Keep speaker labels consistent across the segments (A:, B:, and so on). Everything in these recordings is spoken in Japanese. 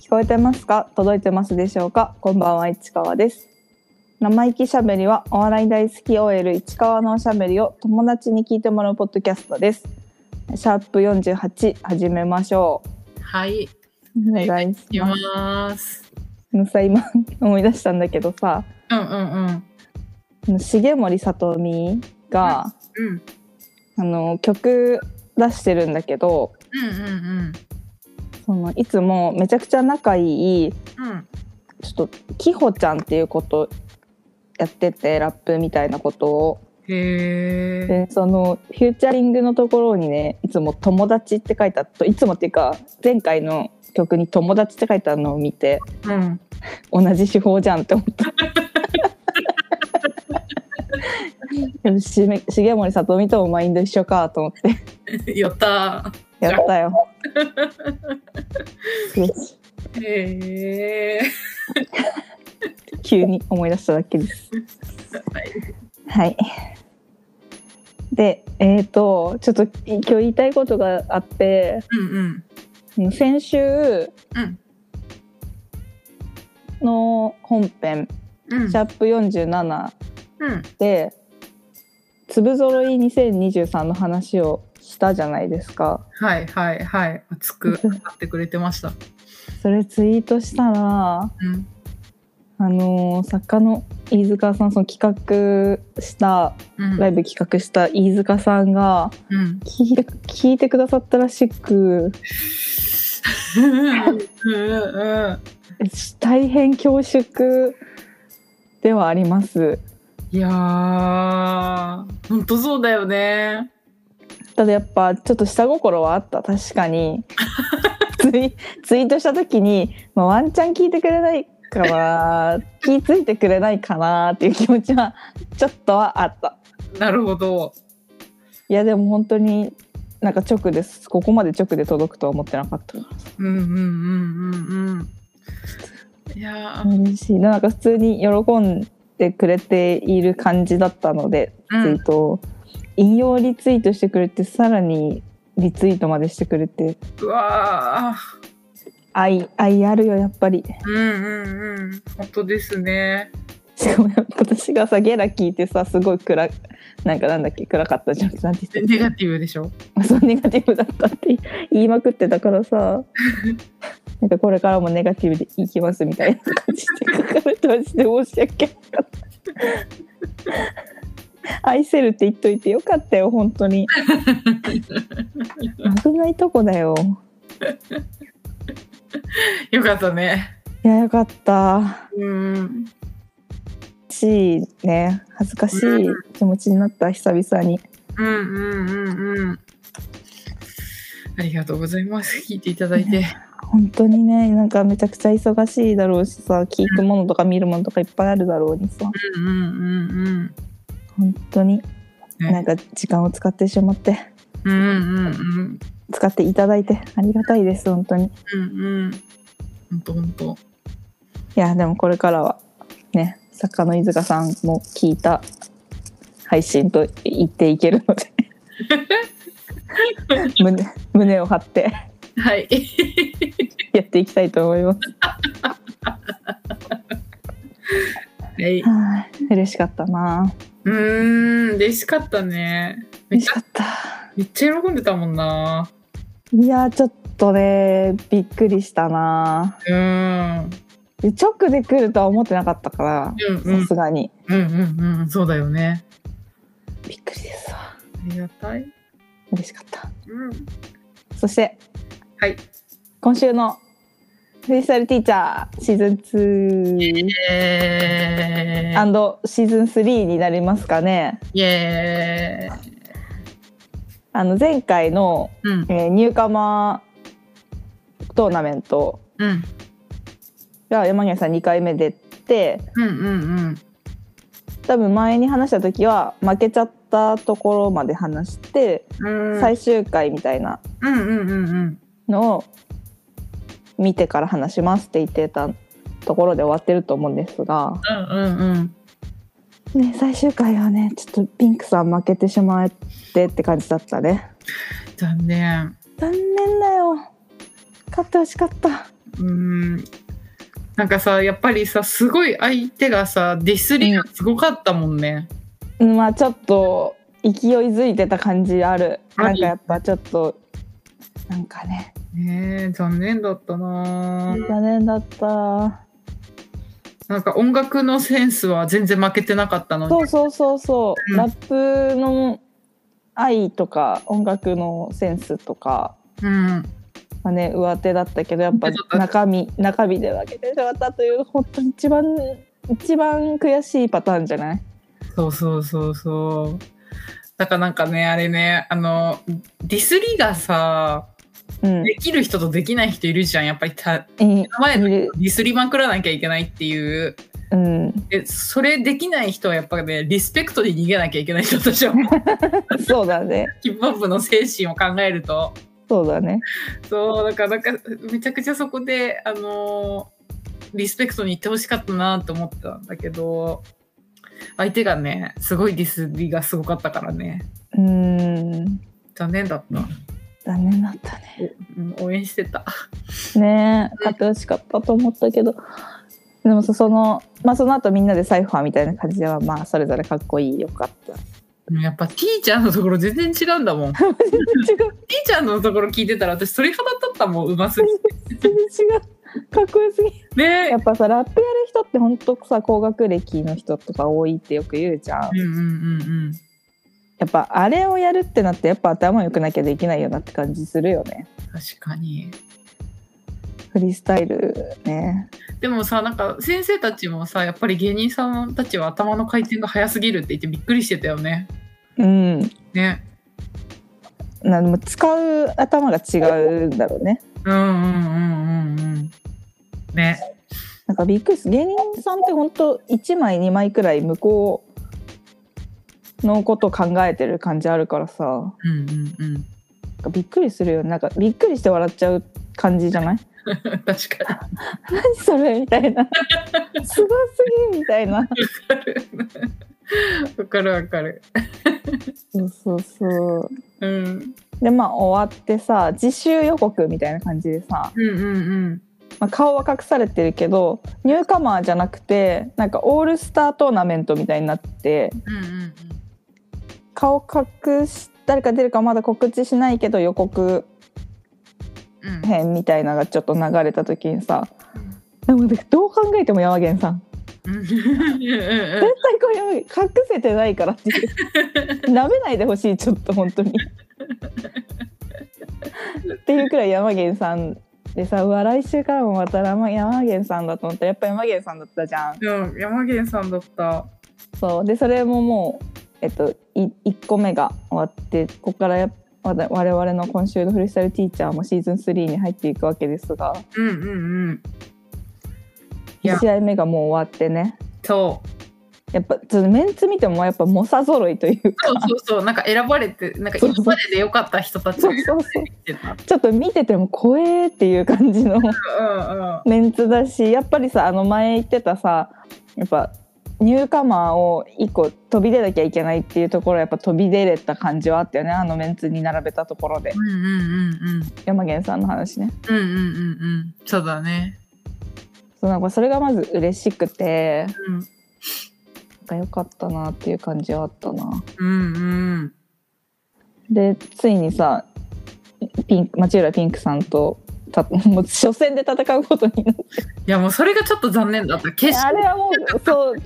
A: 聞こえてますか届いてますでしょうかこんばんは市川です生意気しゃべりはお笑い大好き OL 市川のおしゃべりを友達に聞いてもらうポッドキャストですシャープ48始めましょ
B: はい、
A: うお願いし
B: い
A: ます
B: ます。
A: あのさ今思い出したんだけどさ
B: うんうんうん。
A: あの重森さとみが、
B: うん。
A: あの曲出してるんだけど
B: うんうんうん。
A: そのいつもめちゃくちゃ仲いい
B: うん。
A: ちょっときほちゃんっていうことやっててラップみたいなことを
B: へえ。
A: でそのフューチャリングのところにねいつも「友達」って書いてあったいつもっていうか前回の曲に「友達」って書いてあるのを見て
B: うん。
A: 同じ手法じゃんって思った でもしめ重森さとみともマインド一緒かと思って
B: やった
A: やったよ嬉しい
B: ー。へえ。
A: 急に思い出しただけです。はい。で、えっ、と、ちょっとい今日言いたいことがあって、
B: うんうん。
A: うん先週
B: うん。
A: の本編、
B: うん
A: シャープ47
B: うん。
A: で、粒揃い2023の話をしたじゃないですか。
B: はいはいはい。熱く語ってくれてました。
A: それツイートしたら、
B: うん。
A: あのー作家の飯塚さん、その企画した、
B: うん。
A: ライブ企画した飯塚さんが、
B: うん。
A: 聞いて聞いてくださったらしく
B: うんうんうん。
A: 大変恐縮ではあります
B: いやー、ほんとそうだよね。
A: ただやっぱちょっと下心はあった確か にツイツイートした時に、まあ、ワンチャン聞いてくれないかな気付いてくれないかなっていう気持ちはちょっとはあった
B: なるほど。
A: いやでも本当になんか直ですここまで直で届くとは思ってなかった
B: うんうんうんうんうん。いやー、
A: 嬉しいなんか普通に喜んでくれている感じだったので
B: うん
A: ツイートを引用リツイートしてくれてさらにリツイートまでしてくれて
B: うわー。
A: 愛愛あるよやっぱり
B: うんうんうん。本当ですね。
A: しかもやっぱ 私がさゲラ聞いてさすごい暗なんかなんだっけ暗かったじゃんなんて言
B: でネ
A: って
B: ガティブでしょ。
A: たそうネガティブだったって 言いまくってたからさなんかこれからもネガティブでいきますみたいな感じで書かれてまして申し訳なかった 愛せるって言っといてよかったよ本当に危ないとこだよ
B: よかったね。
A: いやよかった
B: うん。
A: しいね恥ずかしい気持ちになった久々に
B: うんうんうんうん。ありがとうございます。聞いていただいて。
A: 本当にねなんかめちゃくちゃ忙しいだろうしさ聞くものとか見るものとかいっぱいあるだろうにさ
B: うんうんうん
A: 本当に
B: ね
A: なんか時間を使ってしまって
B: うん。うんうんうん。
A: 使っていただいてありがたいです本当にい
B: うんうん。本当本当。
A: やでもこれからはね作家の飯塚さんも聞いた配信と言っていけるので胸胸を張って
B: はい。
A: やっていきたいと思います
B: はい。
A: はい嬉しかったな
B: うーん。嬉しかったね。め
A: 嬉
B: っ
A: し
B: ちゃ
A: かった
B: めっちゃ喜んでたもんな。
A: いやちょっとねびっくりしたな
B: うん。
A: で直で来るとは思ってなかったから
B: うんう
A: さ
B: ん
A: すがに
B: うんうんうん。そうだよね。
A: びっくりですわ
B: ありがたい。
A: 嬉しかった
B: うん。
A: そして
B: はい。
A: 今週のフリースタイルティーチャーシーズン2
B: えー、
A: シーズン3になりますかね
B: イエーイ
A: あの前回の、
B: うん
A: えーニューカマートーナメント
B: うん
A: が山際さん2回目出て
B: うんうん
A: 多分前に話した時は負けちゃったところまで話して、
B: うんうん
A: 最終回みたいな
B: うんうんうんうん
A: のを見てから話しますって言ってたところで終わってると思うんですが、
B: うんうん
A: ね、最終回はねちょっとピンクさん負けてしまってって感じだったね
B: 残念
A: 残念だよ勝ってほしかった
B: うんなんかさやっぱりさすごい相手がさディスりがすごかったもんね、
A: うんまあちょっと勢いづいてた感じある
B: ある
A: なんかやっぱちょっとなんかね
B: ねえ残念だったなぁ
A: 残念だった
B: なんか音楽のセンスは全然負けてなかったのに
A: そうそうそうそう、
B: うん
A: ラップの愛とか音楽のセンスとか
B: うん
A: まあね、上手だったけどやっぱ
B: 上手だった
A: 中身中身で分けてしまったという本当に一番一番悔しいパターンじゃない
B: そうそうそうそうだからなんかねあれねあのディスりがさ
A: うん、
B: できる人とできない人いるじゃんやっぱりた
A: え
B: 前の
A: いる
B: ディスりまくらなきゃいけないっていう
A: うん、
B: でそれできない人はやっぱねリスペクトで逃げなきゃいけない人たちは思う
A: そうだね
B: ヒップホップの精神を考えると
A: そうだね
B: そうだからなんかめちゃくちゃそこであのーリスペクトに行ってほしかったなと思ったんだけど相手がねすごいディスりがすごかったからね
A: うん
B: 残念だった
A: 残念だったね
B: うん応援してた
A: ねえ買ってほしかったと思ったけどでもさそのまあその後みんなでサイファーみたいな感じではまあそれぞれかっこいいよかった
B: やっぱ T ちゃんのところ全然違うんだもん T
A: 全然違う
B: ちゃんのところ聞いてたら私鳥肌立ったもんうますぎ て
A: 全然違うかっこよすぎ
B: ね
A: やっぱさラップやる人ってほんとさ高学歴の人とか多いってよく言うじゃん
B: うんうんうん
A: やっぱあれをやるってなってやっぱ頭良くなきゃできないよなって感じするよね
B: うん確かに
A: フリースタイルね
B: でもさなんか先生たちもさやっぱり芸人さんたちは頭の回転が早すぎるって言ってびっくりしてたよね
A: うん
B: ね
A: なでも使う頭が違うんだろうね
B: うんうんうんうんうんね
A: なんかびっくりする芸人さんってほんと1枚2枚くらい向こうのこと考えてる感じあるからさな
B: うんうんうん
A: んかびっくりするよねなんかびっくりして笑っちゃう感じじゃない
B: 確か
A: 何それみたいなすごすぎみたいな
B: に わかるわかる
A: そうそうそう
B: うん
A: でまあ終わってさ自習予告みたいな感じでさ、
B: うんうんうん
A: まあ、顔は隠されてるけどニューカマーじゃなくてなんかオールスタートーナメントみたいになって
B: うんうん
A: 顔隠し誰か出るかまだ告知しないけど予告
B: うんうん
A: 編みたいなのがちょっと流れた時にさでもどう考えても山源さん
B: うんうんうんうん
A: 絶対これ山源隠せてないからってなめないでほしいちょっと本当に。っていうくらい山源さんでさうわ来週からもまた山源さんだと思ったらやっぱ山源さんだったじゃん。
B: うん山源さんだった
A: そうでそれももう、えっと、い1個目が終わってここからやわた我々の今週のフリースタイルティーチャーもシーズン3に入っていくわけですが
B: うんうんうんいや
A: 1試合目がもう終わってね
B: そう
A: やっぱちょっとメンツ見てもやっぱ猛者揃いというか
B: そうそうそうなんか選ばれてなんか
A: そうそう
B: 今までで良かった人たちが
A: そう
B: 出
A: そうそう
B: てた
A: ちょっと見てても怖えっていう感じの
B: うんうん
A: メンツだしやっぱりさあの前言ってたさやっぱニューカマーを1個飛び出なきゃいけないっていうところはやっぱ飛び出れた感じはあったよねあのメンツに並べたところで
B: うんうんうん
A: 山源さんの話ね。
B: うんうんうんうんうんそうだね
A: そうなんかそれがまず嬉しくて
B: うん
A: なんか良かったなっていう感じはあったな
B: うんうん
A: でついにさピンク町浦ピンクさんとたもう初戦で戦うことになっ
B: いやもうそれがちょっと残念だった
A: て
B: 決
A: あ
B: 勝
A: れはもうそう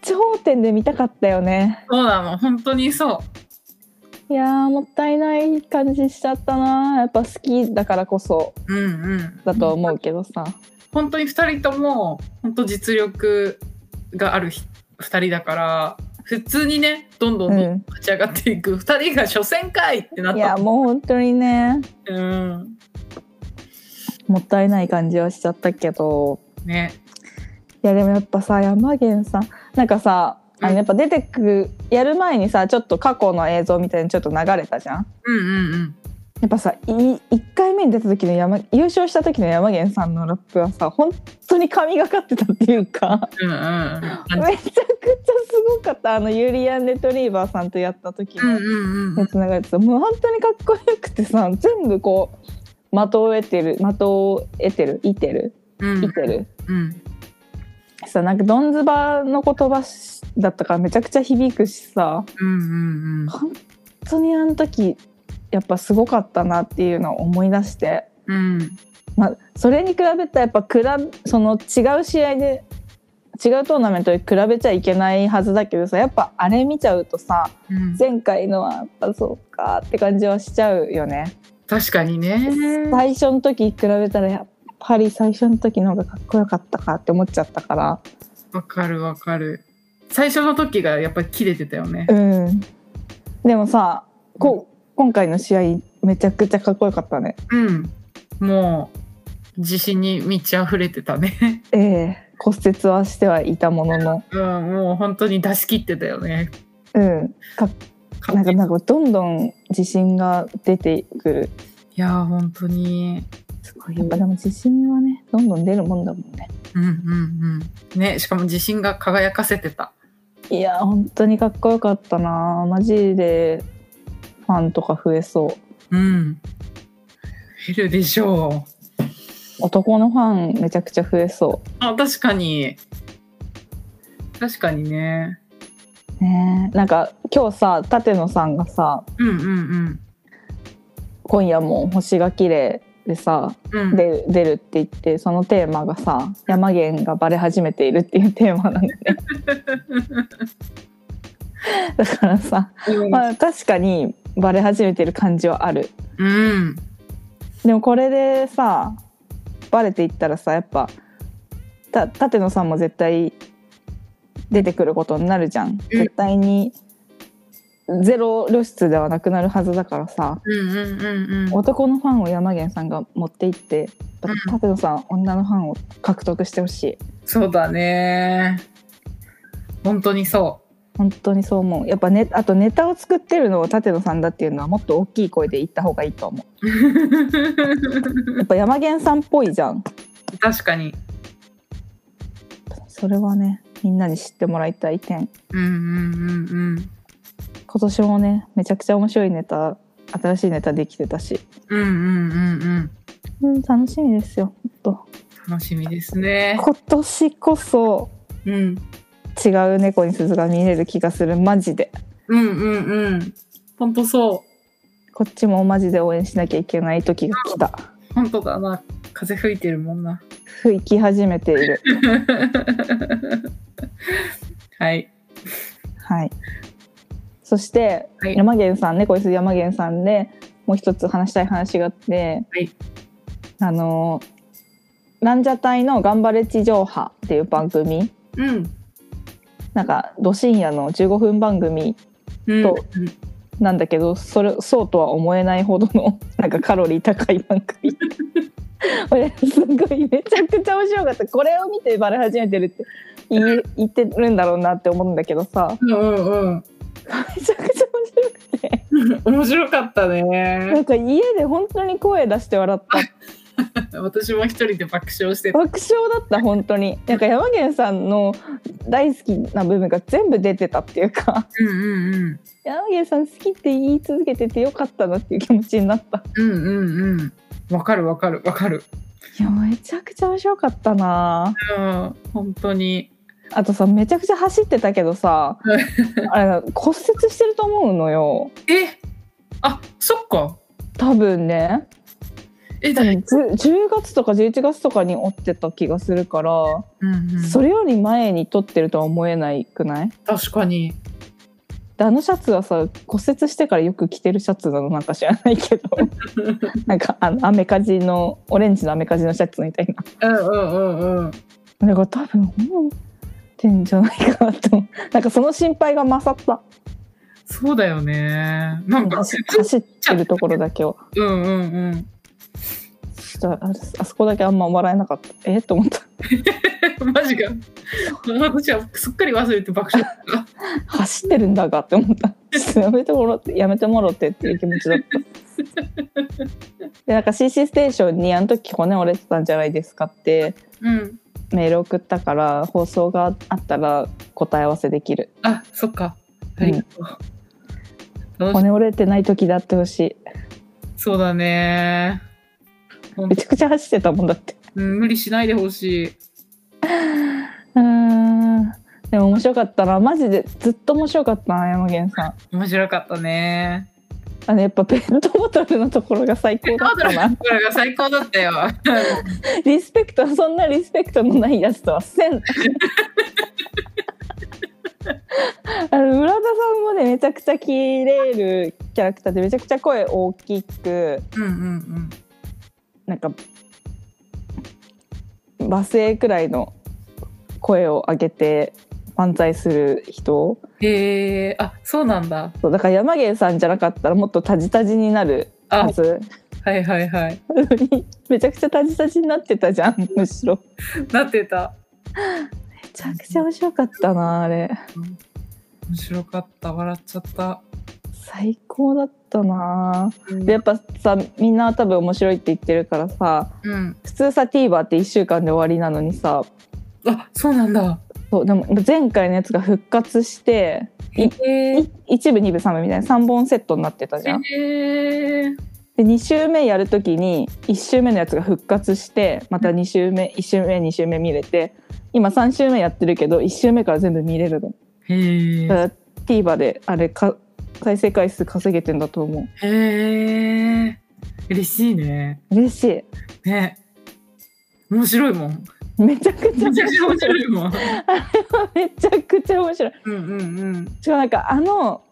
A: 頂点で見たかったよね
B: そうなの本当にそ
A: いやーもったいない感じしちゃったなやっぱ好きだからこそう
B: うんうん
A: だと思うけどさ
B: 本当に2人とも本当実力がある2人だから普通にねどんどんどんどん
A: うん
B: 勝ち上がっていく、2人が初戦かいってなっ
A: いや
B: た
A: もう本当にね
B: うん
A: もったいない感じはしちゃったけど
B: ね
A: いやでもやっぱさ山源さんなんかさあ
B: うん
A: のやっぱ出てくやる前にさちょっと過去の映像みたいにちょっと流れたじゃん
B: うんうんうん
A: やっぱさい1回目に出た時の山優勝した時の山源さんのラップはさ本当に神がかってたっていうか
B: うんうん
A: めちゃくちゃすごかったあのユリアン・レトリーバーさんとやった時
B: うん
A: の
B: うんうんうん
A: やつ流れてさもう本当にかっこよくてさ全部こう的を得てる的を得てるいてる
B: うん
A: いてる、
B: うん
A: さなんかドンズバの言葉しだったからめちゃくちゃ響くしさ
B: うんうんうん
A: 本当にあの時やっぱすごかったなっていうのを思い出して、
B: うん
A: まあ、それに比べたらやっぱ比べその違う試合で違うトーナメントで比べちゃいけないはずだけどさやっぱあれ見ちゃうとさ
B: うん
A: 前回のはやっぱそうかって感じはしちゃうよね。
B: 確かにね
A: 最初の時比べたらやっぱり最初の時の方がかっこよかったかって思っちゃったから
B: わかるわかる最初の時がやっぱり切れてたよね
A: うんでもさこ今回の試合めちゃくちゃかっこよかったね
B: うんもう自信に満ち溢れてたね
A: ええ骨折はしてはいたものの
B: うんもう本当に出し切ってたよね
A: うん
B: か
A: なんか
B: い
A: なんかどんどん自信が出てくる
B: やー本当に
A: すごいやっぱでも自信はねどんどん出るもんだもんね
B: うんうんうんねしかも自信が輝かせてた
A: いや本当にかっこよかったなマジでファンとか増えそう
B: うん減るでしょう
A: 男のファンめちゃくちゃ増えそ
B: あ確かに確かにね
A: うねえなんか今日さ舘野さんがさ
B: うんうん
A: 今夜も星が綺麗でさ
B: うんうん
A: で出るって言ってそのテーマがさ「山源がバレ始めている」っていうテーマなんだよ ねだからさ、
B: うん
A: まあ、確かにバレ始めてる感じはある
B: うん
A: でもこれでさバレていったらさやっぱた舘野さんも絶対出てくることになるじゃん絶対にゼロ露出ではなくなるはずだからさ
B: うんうんうんうん
A: 男のファンを山源さんが持っていってやっぱ舘野さん女のファンを獲得してほしい
B: そうだね本当にそ
A: 本当にそう思うやっぱねあとネタを作ってるのを舘野さんだっていうのはもっと大きい声で言った方がいいと思
B: う
A: うやっぱ山源さんっぽいじゃん
B: 確かに
A: それはねみんなに知ってもらいたい点
B: うんうんうん
A: 今年もねめちゃくちゃ面白いネタ新しいネタできてたし、
B: うんうんうんうん
A: うん、楽しみですよほんと
B: 楽しみですね
A: 今年こそ
B: うん
A: 違う猫に鈴が見れる気がするマジで
B: うんうんうん本当そ
A: こっちもマジで応援しなきゃいけない時が来た
B: う本当だな風吹いてるもんな
A: 吹き始めている
B: はい
A: はいそして、
B: はい
A: 山源さん猫に鈴山源さんでもう一つ話したい話があって、
B: はい
A: あのランジャタイの「頑張れ地上波」っていう番組
B: うん
A: なんかど深夜の15分番組
B: うん
A: となんだけどそれそうとは思えないほどの なんかカロリー高い番組 これすごいめちゃくちゃ面白かったこれを見てバレ始めてるって言い言ってるんだろうなって思うんだけどさ
B: うんうん
A: めちゃくちゃ面白くて
B: うん面白かった
A: な
B: ね
A: んか家で本当に声出して笑った
B: 私も一人で爆笑してた
A: 爆笑だった本当になんか山源さんの大好きな部分が全部出てたっていうか
B: うんうんうん
A: 山源さん好きって言い続けててよかったなっていう気持ちになった
B: うんうんうんわかるわかるわかる
A: いやめちゃくちゃ面白かったな
B: うん本当に
A: あとさめちゃくちゃ走ってたけどさあれ骨折してると思うのよ
B: えあそっか
A: 多分ね
B: え
A: 多
B: だ
A: 分10 10月とか11月とかに折ってた気がするから、
B: うんうん
A: それより前に取ってるとは思えないくない
B: 確かに
A: であのシャツはさ骨折してからよく着てるシャツなのなんか知らないけどなんかあのアメカジのオレンジのアメカジのシャツみたい
B: うんうんうんうん
A: なだから多分思ってんじゃないかなと思うなんかその心配が勝った
B: そうだよねなんか
A: 走走ってるところだけを
B: うんうんうん
A: ちょっとあれあそこだけあんま笑えなかったえっと思った
B: マジか。私はすっかり忘れて爆笑。
A: 走ってるんだがって思ったちょっとやめてもろってやめてもろってっていう気持ちだったでなんか CC ステーションにあの時骨折れてたんじゃないですかって
B: うん。
A: メール送ったから放送があったら答え合わせできる
B: あ、そっか。ありがとう。楽し
A: 骨折れてない時だってほしい
B: そうだね。
A: めちゃくちゃ走ってたもんだって
B: うん、無理しないでほしい。
A: うーんでも面白かったなマジでずっと面白かったな山源さん
B: 面白かったね。
A: あのやっぱペットボトルのところが最高だったな
B: これが最高だった よ。
A: リスペクトそんなリスペクトのないやつとはせ んあの村田さんもねめちゃくちゃキレるキャラクターでめちゃくちゃ声大きく
B: うんうんうん。
A: なんか罵声くらいの声を上げて漫才する人
B: へえあそうなんだ。
A: そうだから山源さんじゃなかったらもっとタジタジになる
B: あ
A: はず
B: はいはいはい。
A: なのにめちゃくちゃタジタジになってたじゃんむしろ
B: なってた。
A: めちゃくちゃ面白かったなあれ
B: 面白かった。笑っちゃった。
A: 最高だったな
B: うん
A: でやっぱさみんな多分面白いって言ってるからさ
B: うん。
A: 普通さ TVer って1週間で終わりなのにさ
B: あそうなんだ。
A: そうでも前回のやつが復活して
B: へえ。
A: 1部2部3部みたいな3本セットになってたじゃん。
B: へえ。
A: で2週目やるときに1週目のやつが復活してまた2週目1週目2週目見れて今3週目やってるけど1週目から全部見れるの。
B: へえ。
A: だから TVer であれか再生回数稼げてんだと思
B: へえ。嬉しいね。
A: う。嬉しい。
B: ね。面白いもん。
A: めちゃくちゃ
B: めちゃくちゃ面白いもん。
A: めちゃくちゃ面白い。
B: うんうんうん。
A: しかもなんかあの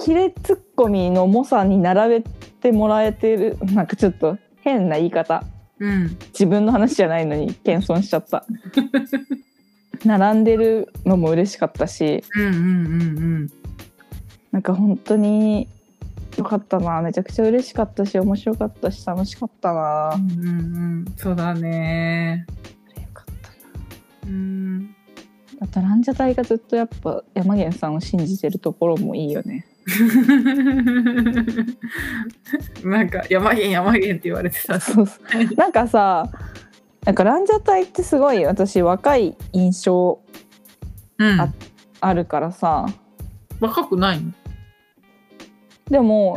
A: キレツッコミの猛者に並べてもらえてるなんかちょっと変な言い方
B: うん。
A: 自分の話じゃないのに謙遜しちゃった 並んでるのも嬉しかったし
B: うんうんうんうん。
A: なんか本当によかったなめちゃくちゃ嬉しかったし面白かったし楽しかった
B: う
A: なん
B: うんうん、そうだね。
A: よかった
B: うん。
A: あとランジャタイがずっとやっぱ山源さんを信じてるところもいいよね
B: なんか山源山源って言われてた。
A: そうそうなんかさなんかランジャタイってすごい私若い印象
B: うん
A: ああるからさ
B: 若くないの？
A: でも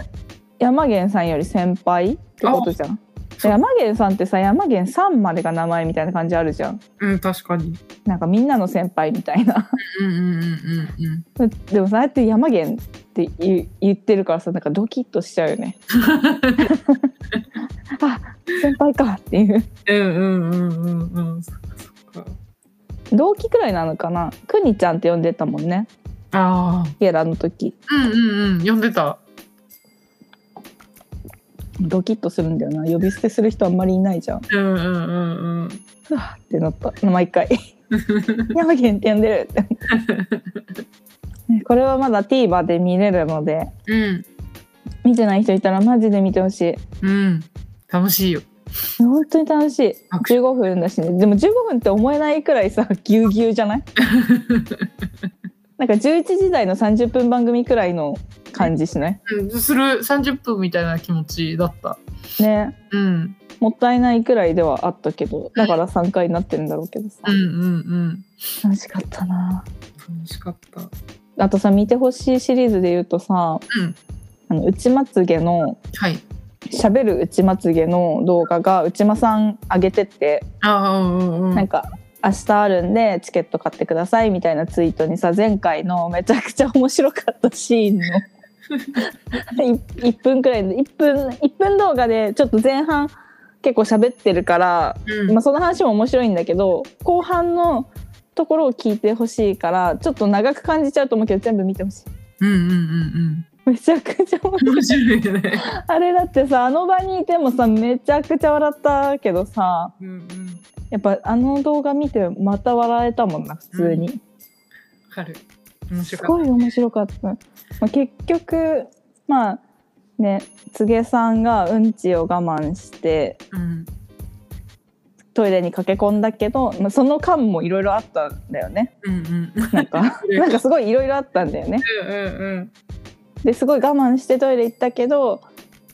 A: 山源さんより先輩ってことじゃん
B: そう
A: 山源さんってさ山源さんまでが名前みたいな感じあるじゃん
B: うん、確かに。
A: なんかみんなの先輩みたいな
B: うんうんうんうんうん。
A: でもさああやって山源って言う言ってるからさなんかドキッとしちゃうよ ねあ先輩かっていう
B: うんうんうんうんうん。そっかそっか。
A: 同期くらいなのかなくにちゃんって呼んでたもんね
B: ああ。
A: ゲラの時
B: うんうんうん。呼んでた。
A: ドキッとするんだよな呼び捨てする人あんまりいないじゃん
B: うんうんうんうん。
A: ってなった毎回 山源って呼んでるって ねこれはまだ TVer で見れるので
B: うん
A: 見てない人いたらマジで見てほしい
B: うん。楽しい よ。
A: 本当に楽しい
B: 拍手
A: 15分だしねでも15分って思えないくらいさ ぎゅうぎゅうじゃないなんか11時台の30分番組くらいの感じしない
B: うん、する三十分みたいな気持ちだった。
A: ね
B: うん
A: もったいないくらいではあったけどだから3回になってるんだろうけどさ
B: うんうん
A: 楽しかったな
B: うん。楽しかった。
A: あとさ見てほしいシリーズで言うとさ
B: うん。
A: あの内まつげの
B: はい。
A: しゃべる内まつげの動画が内間さん上げてって、
B: ああ、うんうん。
A: なんか明日あるんでチケット買ってくださいみたいなツイートにさ前回のめちゃくちゃ面白かったシ ーンのい1分くらいの1分1分動画でちょっと前半結構喋ってるから、
B: うん、
A: まあ、その話も面白いんだけど後半のところを聞いてほしいからちょっと長く感じちゃうと思うけど全部見てほしい。
B: うんうんうん
A: めちゃくちゃ面
B: うん。
A: 白い
B: 面白いね。
A: あれだってさあの場にいてもさめちゃくちゃ笑ったけどさ
B: うんうん。わ
A: やっぱあの動画見てまた笑えたもんな普通に、
B: かる。面
A: す
B: 白かっ
A: ごい面白かった、まあ、結局まあねつげさんがうんちを我慢して
B: た。うん。
A: トイレに駆け込んだけど、まあ、その間もいろいろあったんだよね
B: うんうん。
A: なん かなんかすごいいろいろあったんだよね
B: うんうん
A: ですごい我慢してトイレ行ったけど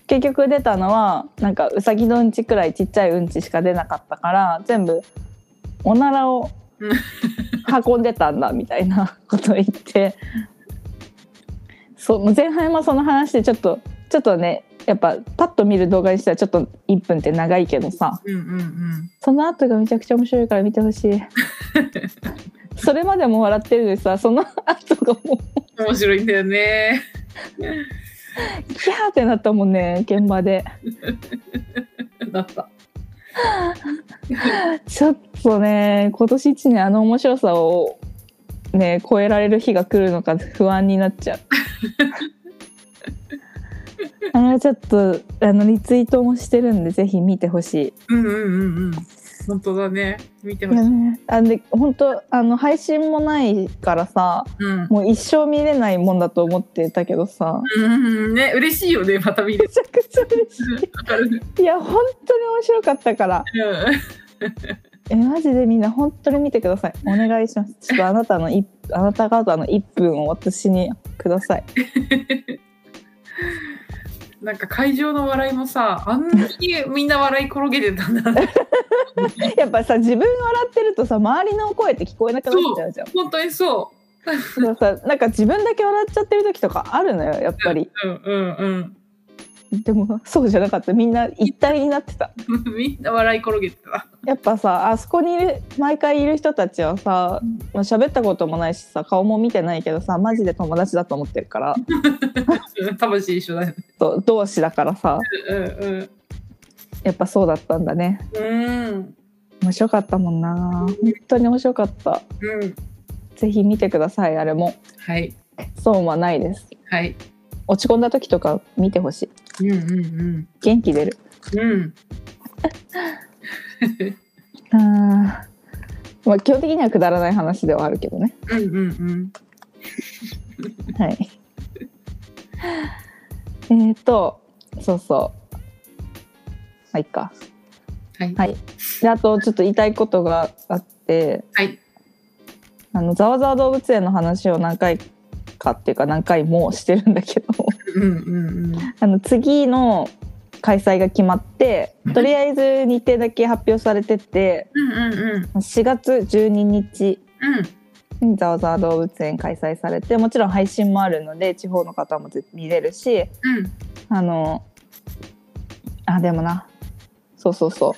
A: 結局出たのはなんかうさぎのうんちくらいちっちゃいうんちしか出なかったから全部おならを
B: うん
A: 運んでたんだみたいなことを言ってそう前半はその話でちょっとちょっとねやっぱパッと見る動画にしたらちょっと1分って長いけどさ
B: うんうんうん。
A: その後がめちゃくちゃ面白いから見てほしいそれまでも笑ってるのにさその後がもう
B: 面白いんだよね。
A: キャーってなったもんね現場で
B: だった。
A: ちょっとね今年一年あの面白さをね超えられる日が来るのか不安になっち ゃうあれはちょっとあのリツイートもしてるんでぜひ見てほしい
B: うんうんうんうん。本当だね。見て
A: い
B: ほし
A: や
B: い。
A: ね、あで本当あの配信もないからさ
B: うん。
A: もう一生見れないもんだと思ってたけどさ
B: うんうんうんね、嬉しいよね。また見れ
A: めちゃくちゃ嬉し
B: る。わかる。
A: いいや本当に面白かったから
B: う
A: えマジでみんな本当に見てくださいお願いしますちょっとあなたの一あなた方の1分を私にください
B: ん。なんか会場の笑いもさ、あんなにみんな笑い転げてたんだな。
A: やっぱさ自分笑ってるとさ周りの声って聞こえなくなっちゃうじゃん
B: 本当にそ
A: だからさなんか自分だけ笑っちゃってる時とかあるのよやっぱり
B: う。うんうん
A: でもそうじゃなかったみんな一体になってた
B: うん。みんな笑い転げてた。
A: やっぱさあそこにいる毎回いる人たちはさまあ喋ったこともないしさ顔も見てないけどさマジで友達だと思ってるから
B: うん魂一緒だよね。
A: と同志だからさ
B: うんうん。
A: やっぱそうだったんだね
B: うん。
A: 面白かったもんな本当に面白かった
B: うん。
A: ぜひ見てくださいあれも
B: はい。
A: 損はないです
B: はい。
A: 落ち込んだ時とか見てほしい
B: うんうん
A: 元気出る
B: うん。うん。
A: あーまあ基本的にはくだらない話ではあるけどね
B: うんうんうん。
A: はい。 えっと、そうそう。まあ、いいか。
B: はい。
A: はい。で、あと、ちょっと言いたいことがあって、
B: はい。
A: あの、ざわざわ動物園の話を何回かっていうか、何回もしてるんだけど、
B: うんうんうん。
A: あの、次の開催が決まって、とりあえず日程だけ発表されてて、
B: うんうんうん。
A: 4月12日
B: うん。
A: にざわざわ動物園開催されて、もちろん配信もあるので、地方の方もぜ見れるし、
B: うん。
A: あのあでもなそうそうそ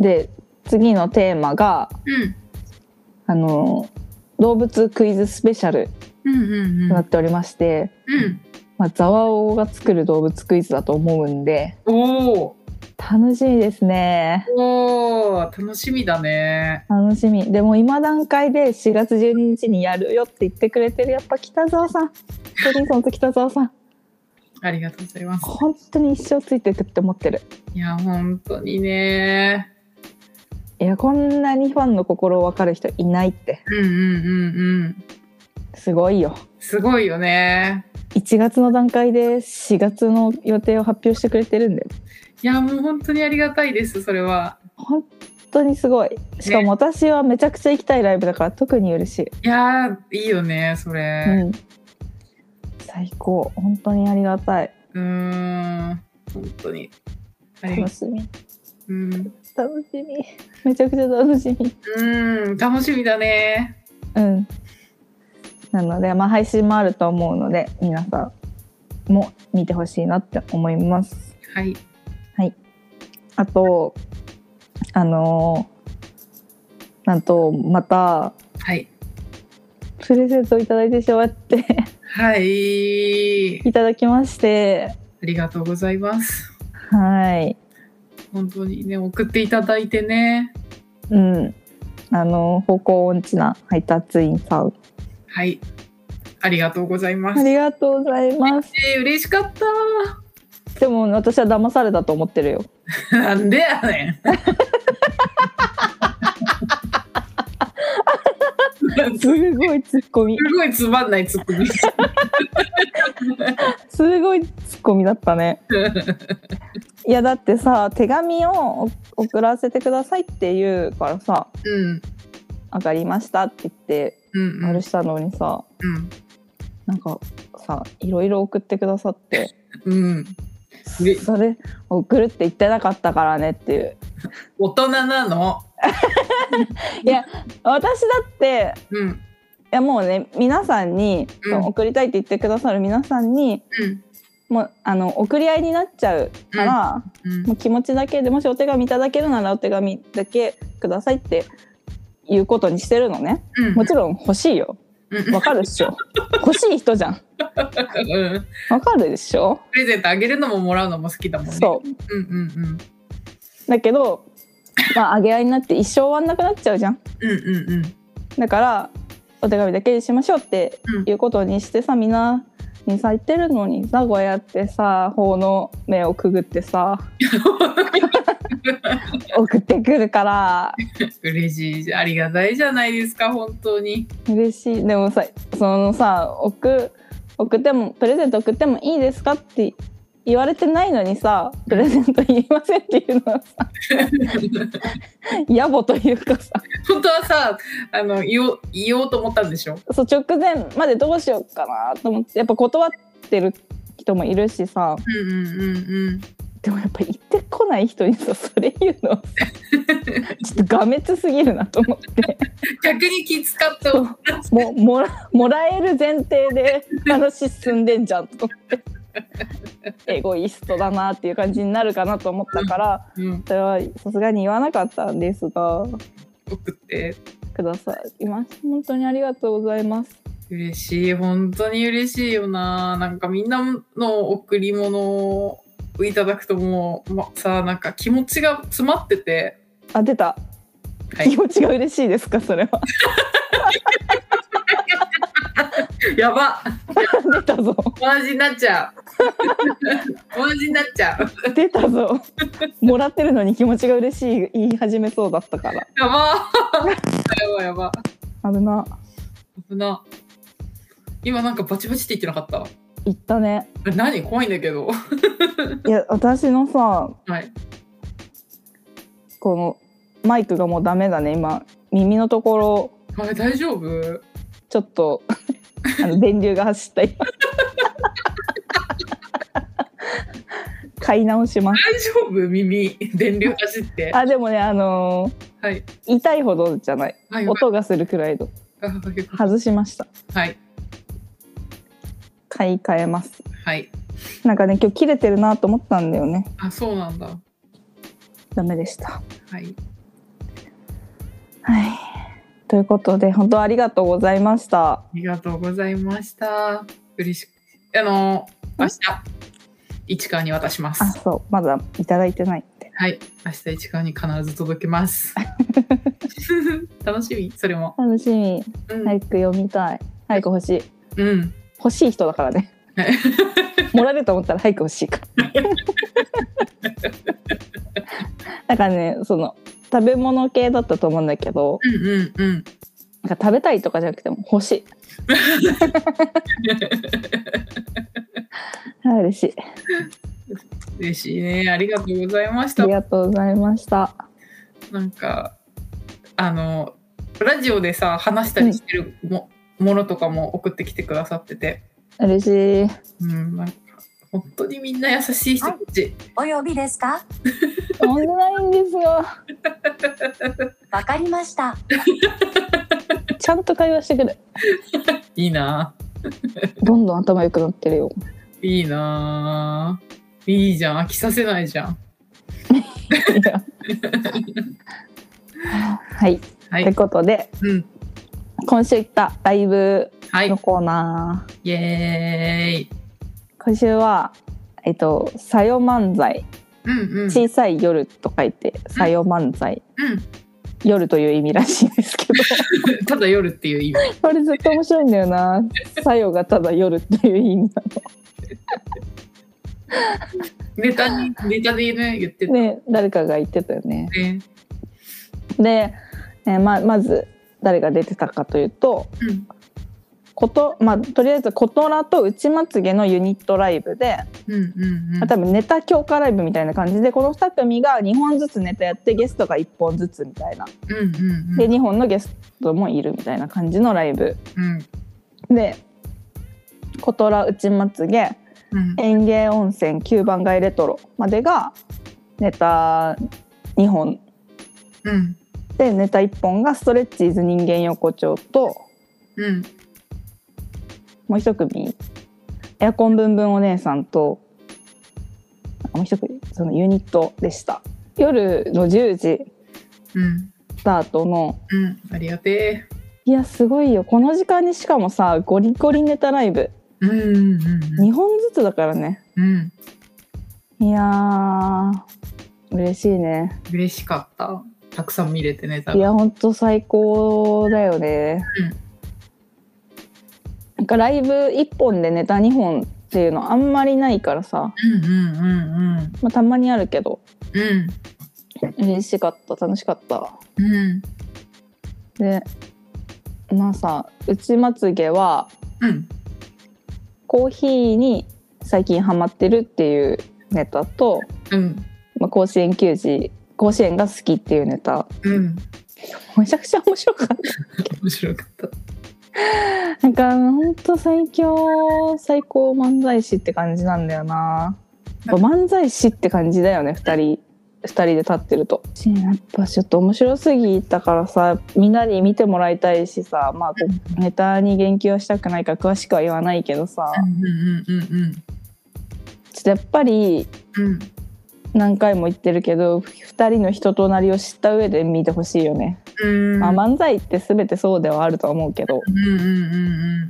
A: うで次のテーマが
B: うん。
A: あの動物クイズスペシャル
B: うんうんうん。
A: となっておりまして、
B: うん。
A: まあ、ザワオが作る動物クイズだと思うんで
B: おお。
A: 楽しみですね
B: おお。楽しみだね。
A: 楽しみでも今段階で4月12日にやるよって言ってくれてるやっぱ北沢さんトリンソンと北沢さん
B: ありがとうございます。
A: 本当に一生ついてくって思ってる
B: いや、本当にね。
A: いやこんなにファンの心を分かる人いないって
B: うんうんうんうん。
A: すごいよ
B: すごいよね。
A: 1月の段階で4月の予定を発表してくれてるんだよ
B: いや、もう本当にありがたいです、それは。
A: 本当にすごいしかも私はめちゃくちゃ行きたいライブだから特に嬉しい、
B: いやー、いいよね、それ。
A: うん最高本当にありがたいう
B: ーん。本当に。ありが
A: 楽しみ
B: うん。
A: 楽しみめちゃくちゃ楽しみ
B: うん、楽しみだね。
A: うんなのでまあ配信もあると思うので皆さんも見てほしいなって思います
B: はい。
A: あとあのーなんとまた
B: はい。
A: プレゼントをいただいてしまって
B: はい。
A: いただきまして、
B: ありがとうございます。
A: はい、
B: 本当にね、送っていただいてね。
A: うん、あの方向音痴な配達員さん、
B: はい。ありがとうございま
A: あ
B: す。
A: りがとうございます。
B: えー、嬉しかった。
A: でも私は騙されたと思ってるよ。
B: なんでやねん。
A: す
B: す
A: ごいツッコミ、
B: ごいつまんないツッコミ。
A: すごいツッコミだったね。いやだってさ、手紙を送らせてくださいって言うからさ、
B: うん。
A: 上がりましたって言って
B: うん。
A: あれしたのにさ、
B: うん。
A: なんかさ、いろいろ送ってくださって、
B: うん。で
A: それ送るって言ってなかったからねっていう。
B: 大人なの。
A: 私だって
B: うん。
A: いやもうね皆さんに、
B: うん
A: 送りたいって言ってくださる皆さんに
B: うん。
A: もうあの送り合いになっちゃうから、
B: うん
A: もう気持ちだけでもしお手紙いただけるならお手紙だけくださいっていうことにしてるのね
B: うん
A: もちろん欲しいよ
B: うん
A: わかるっ しょ欲しい人じゃん
B: うん
A: わかるでしょ
B: プレゼントあげるのももらうのも好きだもんね。。
A: そう
B: うんうん
A: うだけどまああげ合いになって一生終わんなくなっちゃうじゃん
B: うん。うんうんうん。
A: だからお手紙だけにしましょうっていうことにしてさみんなにさ言ってるのにさこうやってさ法の目をくぐってさ送ってくるから
B: 嬉しいじゃんありがたいじゃないですか本当に。
A: 嬉しいでもさそのさ送送ってもプレゼント送ってもいいですかって言われてないのにさプレゼント言いませんっていうのはさ野暮というかさ
B: 本当はさあの言おう言おうと思ったんでしょ。
A: そう直前までどうしようかなと思ってやっぱ断ってる人もいるしさ
B: うんうんうん
A: でもやっぱ言ってこない人にさそれ言うのはさちょっとがめつすぎるなと思って
B: うん。逆に気使った。
A: そうももらもらえる前提で話進んでんじゃんと思ってエゴイストだなっていう感じになるかなと思ったから
B: うん。
A: それはさすがに言わなかったんですが
B: 送って
A: くださいます本当にありがとうございます
B: 嬉しい本当に嬉しいよななんかみんなの贈り物をいただくともう、ま、さなんか気持ちが詰まってて
A: あ出た、
B: はい
A: 気持ちが嬉しいですかそれは
B: やば
A: 出たぞ
B: 同じになっちゃう 同じになっちゃう
A: 出たぞもらってるのに気持ちが嬉しい言い始めそうだったから
B: やばやばやば
A: 危な
B: 危な今なんかバチバチって言ってなかった
A: 言ったね
B: え何怖いんだけど
A: いや私のさ
B: はい
A: このマイクがもうダメだね今耳のところ
B: あれ大丈夫
A: ちょっと あの電流が走った今買い直します
B: 大丈夫 耳電流走って
A: あでもねあの
B: はい
A: ー痛いほどじゃない
B: はい
A: 音がするくらいの外しました
B: はい
A: 買い替えます
B: はい
A: なんかね今日切れてるなと思ったんだよね
B: あそうなんだ
A: ダメでした
B: はい
A: はいということで本当ありがとうございました
B: ありがとうございました。嬉しく。あの、明日、市川に渡します
A: あ。そうまだいただいてないって
B: はい。明日、市川に必ず届け ます。楽しみ、それも。
A: 楽しみ
B: うん。
A: 早く読みたい早く欲しい
B: うん。
A: 欲しい人だからねもらえると思ったら早く欲しいから だからねその食べ物系だったと思うんだけど
B: うんうんうん。
A: なんか食べたいとかじゃなくても欲し いあ嬉しい
B: 嬉しいね。ありがとうございまし
A: あ
B: た
A: り。がとうございました
B: なんか、あの、ラジオでさ、話したりしてるも,、ものとかも送ってきてくださってて。
A: 嬉しい
B: うん、なんか、本当にみんな優しい人たち。
C: お呼びですか
A: オンラインですよ
C: わかりました。
A: ちゃんと会話してくる
B: いいな。
A: どんどん頭良くなってるよ
B: いいなぁ。いいじゃん。飽きさせないじゃん。
A: いやはい、と
B: は
A: い。
B: いう
A: ことで
B: うん。
A: 今週行ったライブ
B: はい
A: の。コーナー、
B: イエーイ。
A: 今週はえっと「さよ漫才」
B: うんうん。
A: 小さい夜」と書いて「さよ漫才」
B: う
A: 夜という意味らしいです けど
B: ん。 ただ夜っていう意味。
A: これずっと面白いんだよな「さよ」がただ夜という意味な
B: ネタに、ネタでね、言って
A: の
B: たね。
A: ね誰かが言ってたよねで、えーままず誰が出てたかというと
B: うん。
A: こと、まあ、とりあえず「ことら」と「内まつげ」のユニットライブで、
B: うんうんうん。
A: まあ、多分ネタ強化ライブみたいな感じでこの2組が2本ずつネタやってゲストが1本ずつみたいな
B: うんうんう
A: で
B: ん。
A: 日本のゲストもいるみたいな感じのライブ
B: うん
A: で「ことらうちまつげ」
B: うん
A: 「園芸温泉9番街レトロ」までがネタ2本
B: うん
A: でネタ1本が「ストレッチーズ人間横丁」と
B: うん
A: もう1組「エアコンぶんぶんお姉さん」ともう一組そのユニットでした夜の10時
B: うん。
A: スタートの
B: うん。ありがて
A: いやすごいよこの時間にしかもさゴリゴリネタライブ
B: え。うんうんうん
A: 2本ずつだからね
B: うん。うん。
A: いやー嬉しいね
B: 嬉しかった。たくさん見れてね、多
A: い
B: 分。
A: やほんと最高だよね、
B: うん
A: なんかライブ1本でネタ2本っていうのあんまりないからさ、
B: うんうんうんうん。
A: まあ、たまにあるけど
B: うん。
A: 嬉しかった楽しかった
B: うん。
A: でまあさうちまつげは
B: うん。
A: コーヒーに最近ハマってるっていうネタと、
B: うん。
A: まあ、甲子園球児甲子園が好きっていうネタ
B: うん。
A: めちゃくちゃ面白かった
B: 面白かった。
A: なんか本当最強最高漫才師って感じなんだよな。やっぱ漫才師って感じだよね二人二人で立ってると。しやっぱちょっと面白すぎたからさみんなに見てもらいたいしさまあこうネタに言及はしたくないから詳しくは言わないけどさ
B: うんうんうん
A: ちょっとやっぱり
B: うん。うん。
A: 何回も言ってるけど二人の人となりを知った上で見てほしいよね。
B: うん。
A: まあ、漫才って全てそうではあるとは思うけど。
B: うんうんうんうんうん。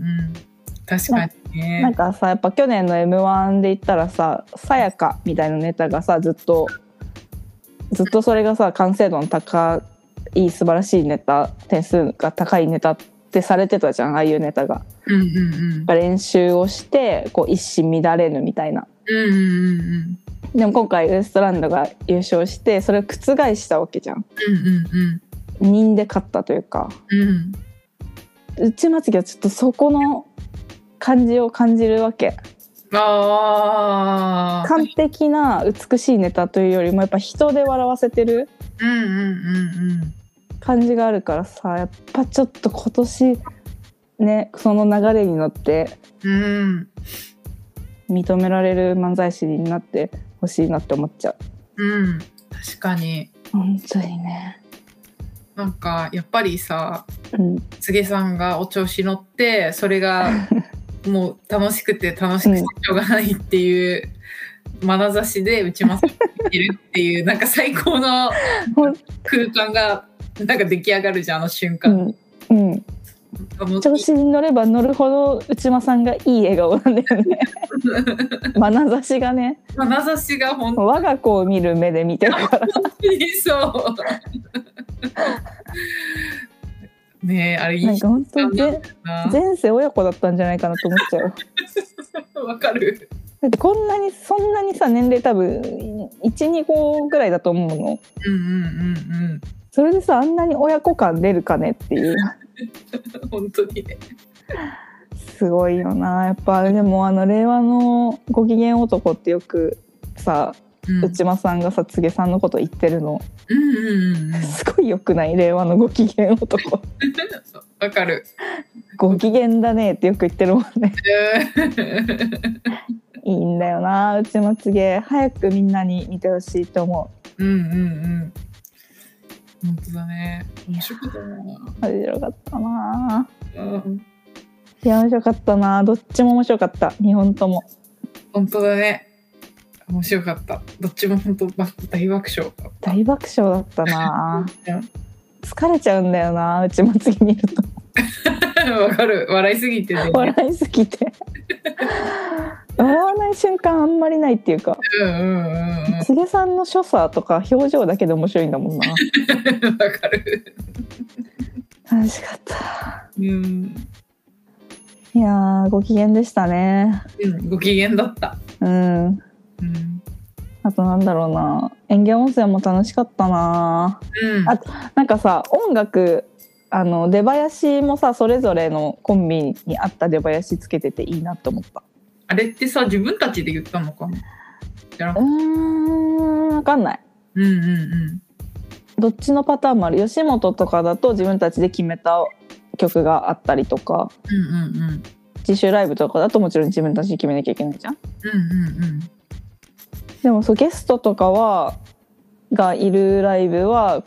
B: 確かにね。
A: なんかさやっぱ去年の m 1で言ったらさ「さやか」みたいなネタがさずっとずっとそれがさ完成度の高い素晴らしいネタ点数が高いネタってされてたじゃんああいうネタが。
B: うんうんうん。
A: やっぱ練習をしてこう一糸乱れぬみたいな。
B: うんうんうん
A: でも今回ウエストランドが優勝してそれを覆したわけじゃん。
B: うんうん
A: 人で勝ったというか
B: うんうん。
A: 内まつげはちょっとそこの感じを感じるわけ。
B: ああ。
A: 完璧な美しいネタというよりもやっぱ人で笑わせてる
B: うんうんうん
A: 感じがあるからさやっぱちょっと今年ねその流れに乗って
B: うん。うん。
A: 認められる漫才師になってほしいなって思っちゃ
B: うん。確かに。
A: う本当にね
B: なんか、やっぱりさ、
A: うん
B: つげさんがお調子乗って、そ れがもう楽しくて楽しくてしょうがないっていう眼差しで打ちまさってるっ ていう、なんか最高の
A: ほん
B: 空間が、なんか出来上がるじゃん、あの瞬
A: う
B: 間。
A: んうん、
B: 楽しい
A: 調子に乗れば乗るほど内間さんがいい笑顔なんだよ ね眼差しがね
B: 眼差しが本
A: 我が子を見る目で見てるから
B: 当に そう。ねえ、あれいい
A: なん
B: 人
A: か本当に
B: だ
A: ぜ
B: な。
A: 前世親子だったんじゃないかなと思っちゃ う
B: わかる。
A: だってこんなにそんなにさ年齢多分12個ぐらいだと思うの
B: うんうんうん
A: それでさあんなに親子感出るかねっていう
B: うん。本当にね。
A: すごいよなやっぱでもあの令和のご機嫌男ってよくさ
B: うん
A: 内間さんがさ柘植さんのこと言ってるの
B: うんうんうんうん。
A: すごいよくない令和のご機嫌男
B: わかる。
A: ご機嫌だねってよく言ってるもんねいいんだよな内間柘植早くみんなに見てほしいと思
B: うんうんうん。本当だね。面白かった
A: う面白かったな
B: な。うん。
A: いや面白かったなどっちも面白かった2本とも
B: 本当だね。面白かった。どっちも本当ば大爆笑だった。
A: 大爆笑だった な
B: うん
A: 疲れちゃうんだよなうちまつげ見ると
B: わかる。笑いすぎてね。
A: 笑いすぎ て笑わない瞬間あんまりないっていうか
B: うんうんうんうん。
A: 柘植さんの所作とか表情だけで面白いんだもんな
B: わかる。
A: 楽しかった
B: うん。
A: いやーご機嫌でしたね
B: うん、ご機嫌だった。
A: うん
B: うん。
A: あとなんだろうな園芸温泉も楽しかったな
B: うん。
A: あなんかさ音楽あの出囃子もさそれぞれのコンビに合った出囃子つけてていいなって思った
B: あれってさ、自分たちで言ったのかなじゃなく
A: うーん分かんない
B: うんうんうん。
A: どっちのパターンもある吉本とかだと自分たちで決めた曲があったりとか
B: うんうんうん。
A: 自主ライブとかだともちろん自分たちで決めなきゃいけないじゃん
B: うんうんうん。
A: でもそうゲストとかはがいるライブは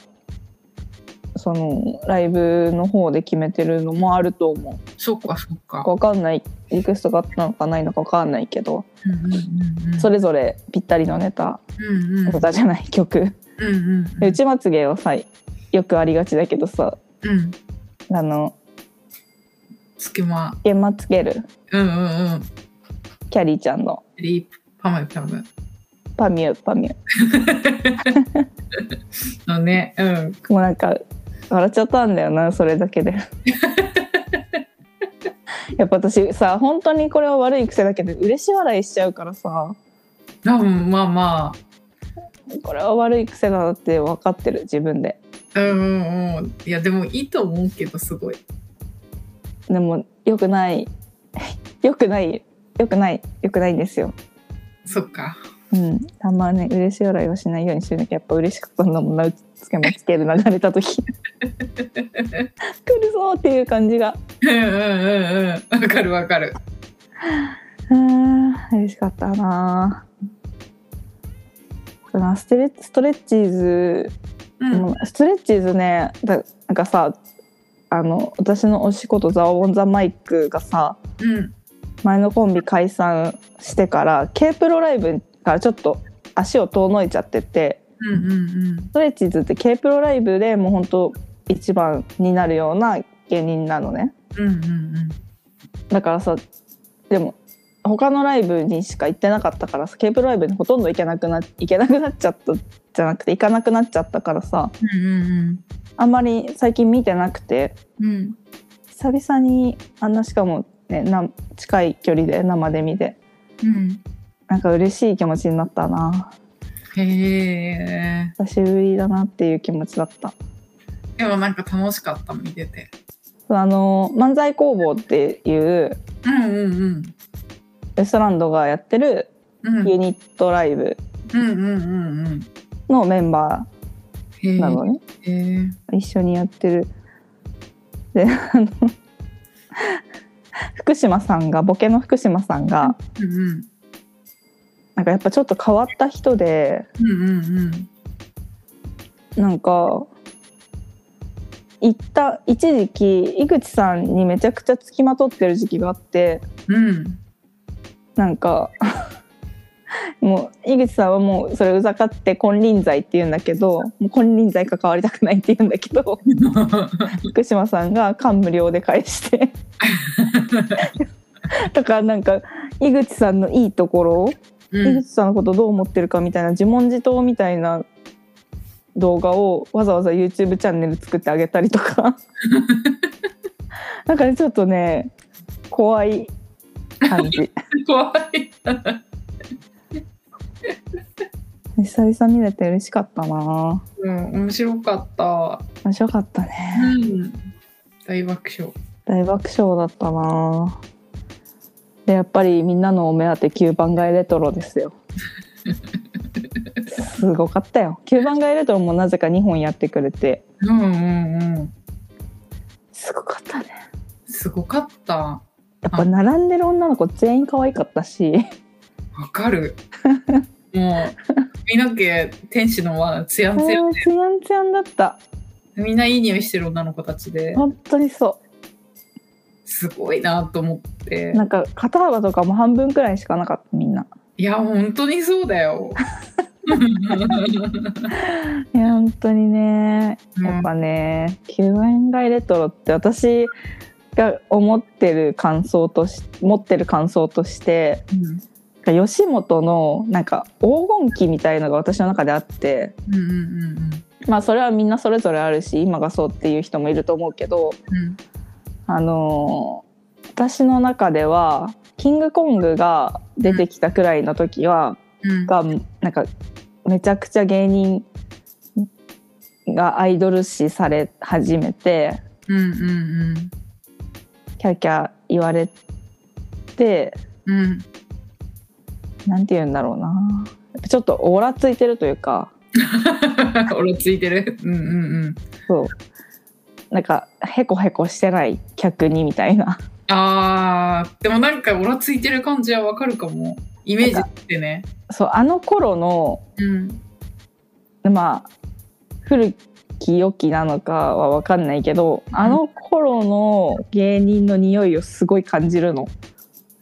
A: そのライブの方で決めてるのもあると思
B: そっかそっか
A: う。わかんないリクエストがあったのかないのかわかんないけど
B: うんうんうんうん
A: それぞれぴったりのネタ
B: うんうんうん
A: ネタじゃない曲
B: うん
A: でうちまつげはさよくありがちだけどさ
B: うん
A: あの
B: 隙間
A: 「げまつげる
B: うんうんうん
A: キャリーちゃんの
B: リープパムパム
A: パミューパミュー
B: のねうん」
A: もうなんか笑っちゃったんだよなそれだ けで。やっぱ私さ本当にこれは悪い癖だけど嬉し笑いしちゃうからさ
B: 多分まあま
A: これは悪い癖だなって分かってる自分で
B: あうんうんうんいやでもいいと思うけどすごい
A: でも良くない良くない良くない良くないんですよ。
B: そっか
A: うん、あんまね嬉しい笑いはしないようにしてるだけやっぱ嬉しかったんだもんなつけもつける流れた時来るぞっていう感じが
B: うんうんうんうんわかるわかる
A: うーん嬉しかったなそうだなストレストレッチーズ、
B: うん
A: ストレッチーズねだなんかさあの私の推しことザ・オン・ザ・マイクがさ、
B: うん
A: 前のコンビ解散してから k プロライブからちょっと足を遠のいちゃってて
B: うんうん
A: ストレッチーズって k プロライブでもう本当一番になるような芸人なのね
B: うんうんうん
A: だからさでも他のライブにしか行ってなかったからさ k プロライブにほとんど行けなくな行けなくなっちゃったじゃなくて行かなくなっちゃったからさ
B: うん
A: あんまり最近見てなくて
B: うんうん
A: 久々にあんなしかも、ね、な近い距離で生で見て
B: うん
A: なんか嬉しい気持ちになったな。
B: へえ
A: 久しぶりだなっていう気持ちだった
B: でもなんか楽しかった見てて
A: あの漫才工房っていう
B: うんうんうん
A: ウエストランドがやってる
B: うんうん
A: ユニットライブ
B: うんうんうん
A: のメンバ
B: へえ
A: ーなのね、
B: へえ
A: 一緒にやってるであの福島さんがボケの福島さんが
B: うんうん
A: なんかやっぱちょっと変わった人で
B: うんうんうん
A: なんか一旦一時期井口さんにめちゃくちゃつきまとってる時期があって
B: うん
A: なんか もう井口さんはもうそれうざかって金輪際って言うんだけどもう金輪際関わりたくないって言うんだけど福島さんが感無量で返して だからなんか井口さんのいいところを、
B: う
A: 井
B: ん
A: 口さんのことどう思ってるかみたいな自問自答みたいな動画をわざわざ YouTube チャンネル作ってあげたりと かなんかねちょっとね怖い感 じ。
B: 怖い。
A: 久々見れて嬉しかったな
B: うん、面白かった。
A: 面白かった
B: う
A: ね
B: ん。大爆笑。
A: 大爆笑だったなでやっぱりみんなのお目当て9番街レトロです よすごかったよ9番街レトロもなぜか2本やってくれて
B: うんうんうん。
A: すごかったね
B: すごかった。わ
A: やっぱ並んでる女の子全員可愛かったし
B: か る。もう、みなけ天使のはツヤ
A: もう
B: ンツヤン。
A: ツヤンツヤンだった
B: みんないい匂いしてる女の子たちで、
A: 本当にそ
B: すごいなと思って
A: う。なんか肩幅とかも半分くらいしかなかったみんない
B: や、本当にそうだ よ。
A: いや本当にねやっぱね、9万円街レトロって私が思ってる感想とし持ってる感想として
B: うん
A: 吉本のなんか黄金期みたいのが私の中であって
B: うんうんうん
A: まあそれはみんなそれぞれあるし今がそうっていう人もいると思うけど
B: うん
A: あのー私の中ではキングコングが出てきたくらいの時は、
B: うん
A: がなんかめちゃくちゃ芸人がアイドル視され始めて
B: うんうん
A: キャーキャー言われて
B: うんうん
A: なんて言うんだろうなやっぱちょっとオーラついてるというか
B: 俺ついてる。うんうんうん。
A: そうなんかへこへこしてない客にみたいな
B: あー、でもなんか、おらついてる感じはわかるかも。イメージってね。
A: そうあの頃の
B: うん。
A: まあ古き良きなのかは分かんないけどあの頃の芸人の匂いをすごい感じるの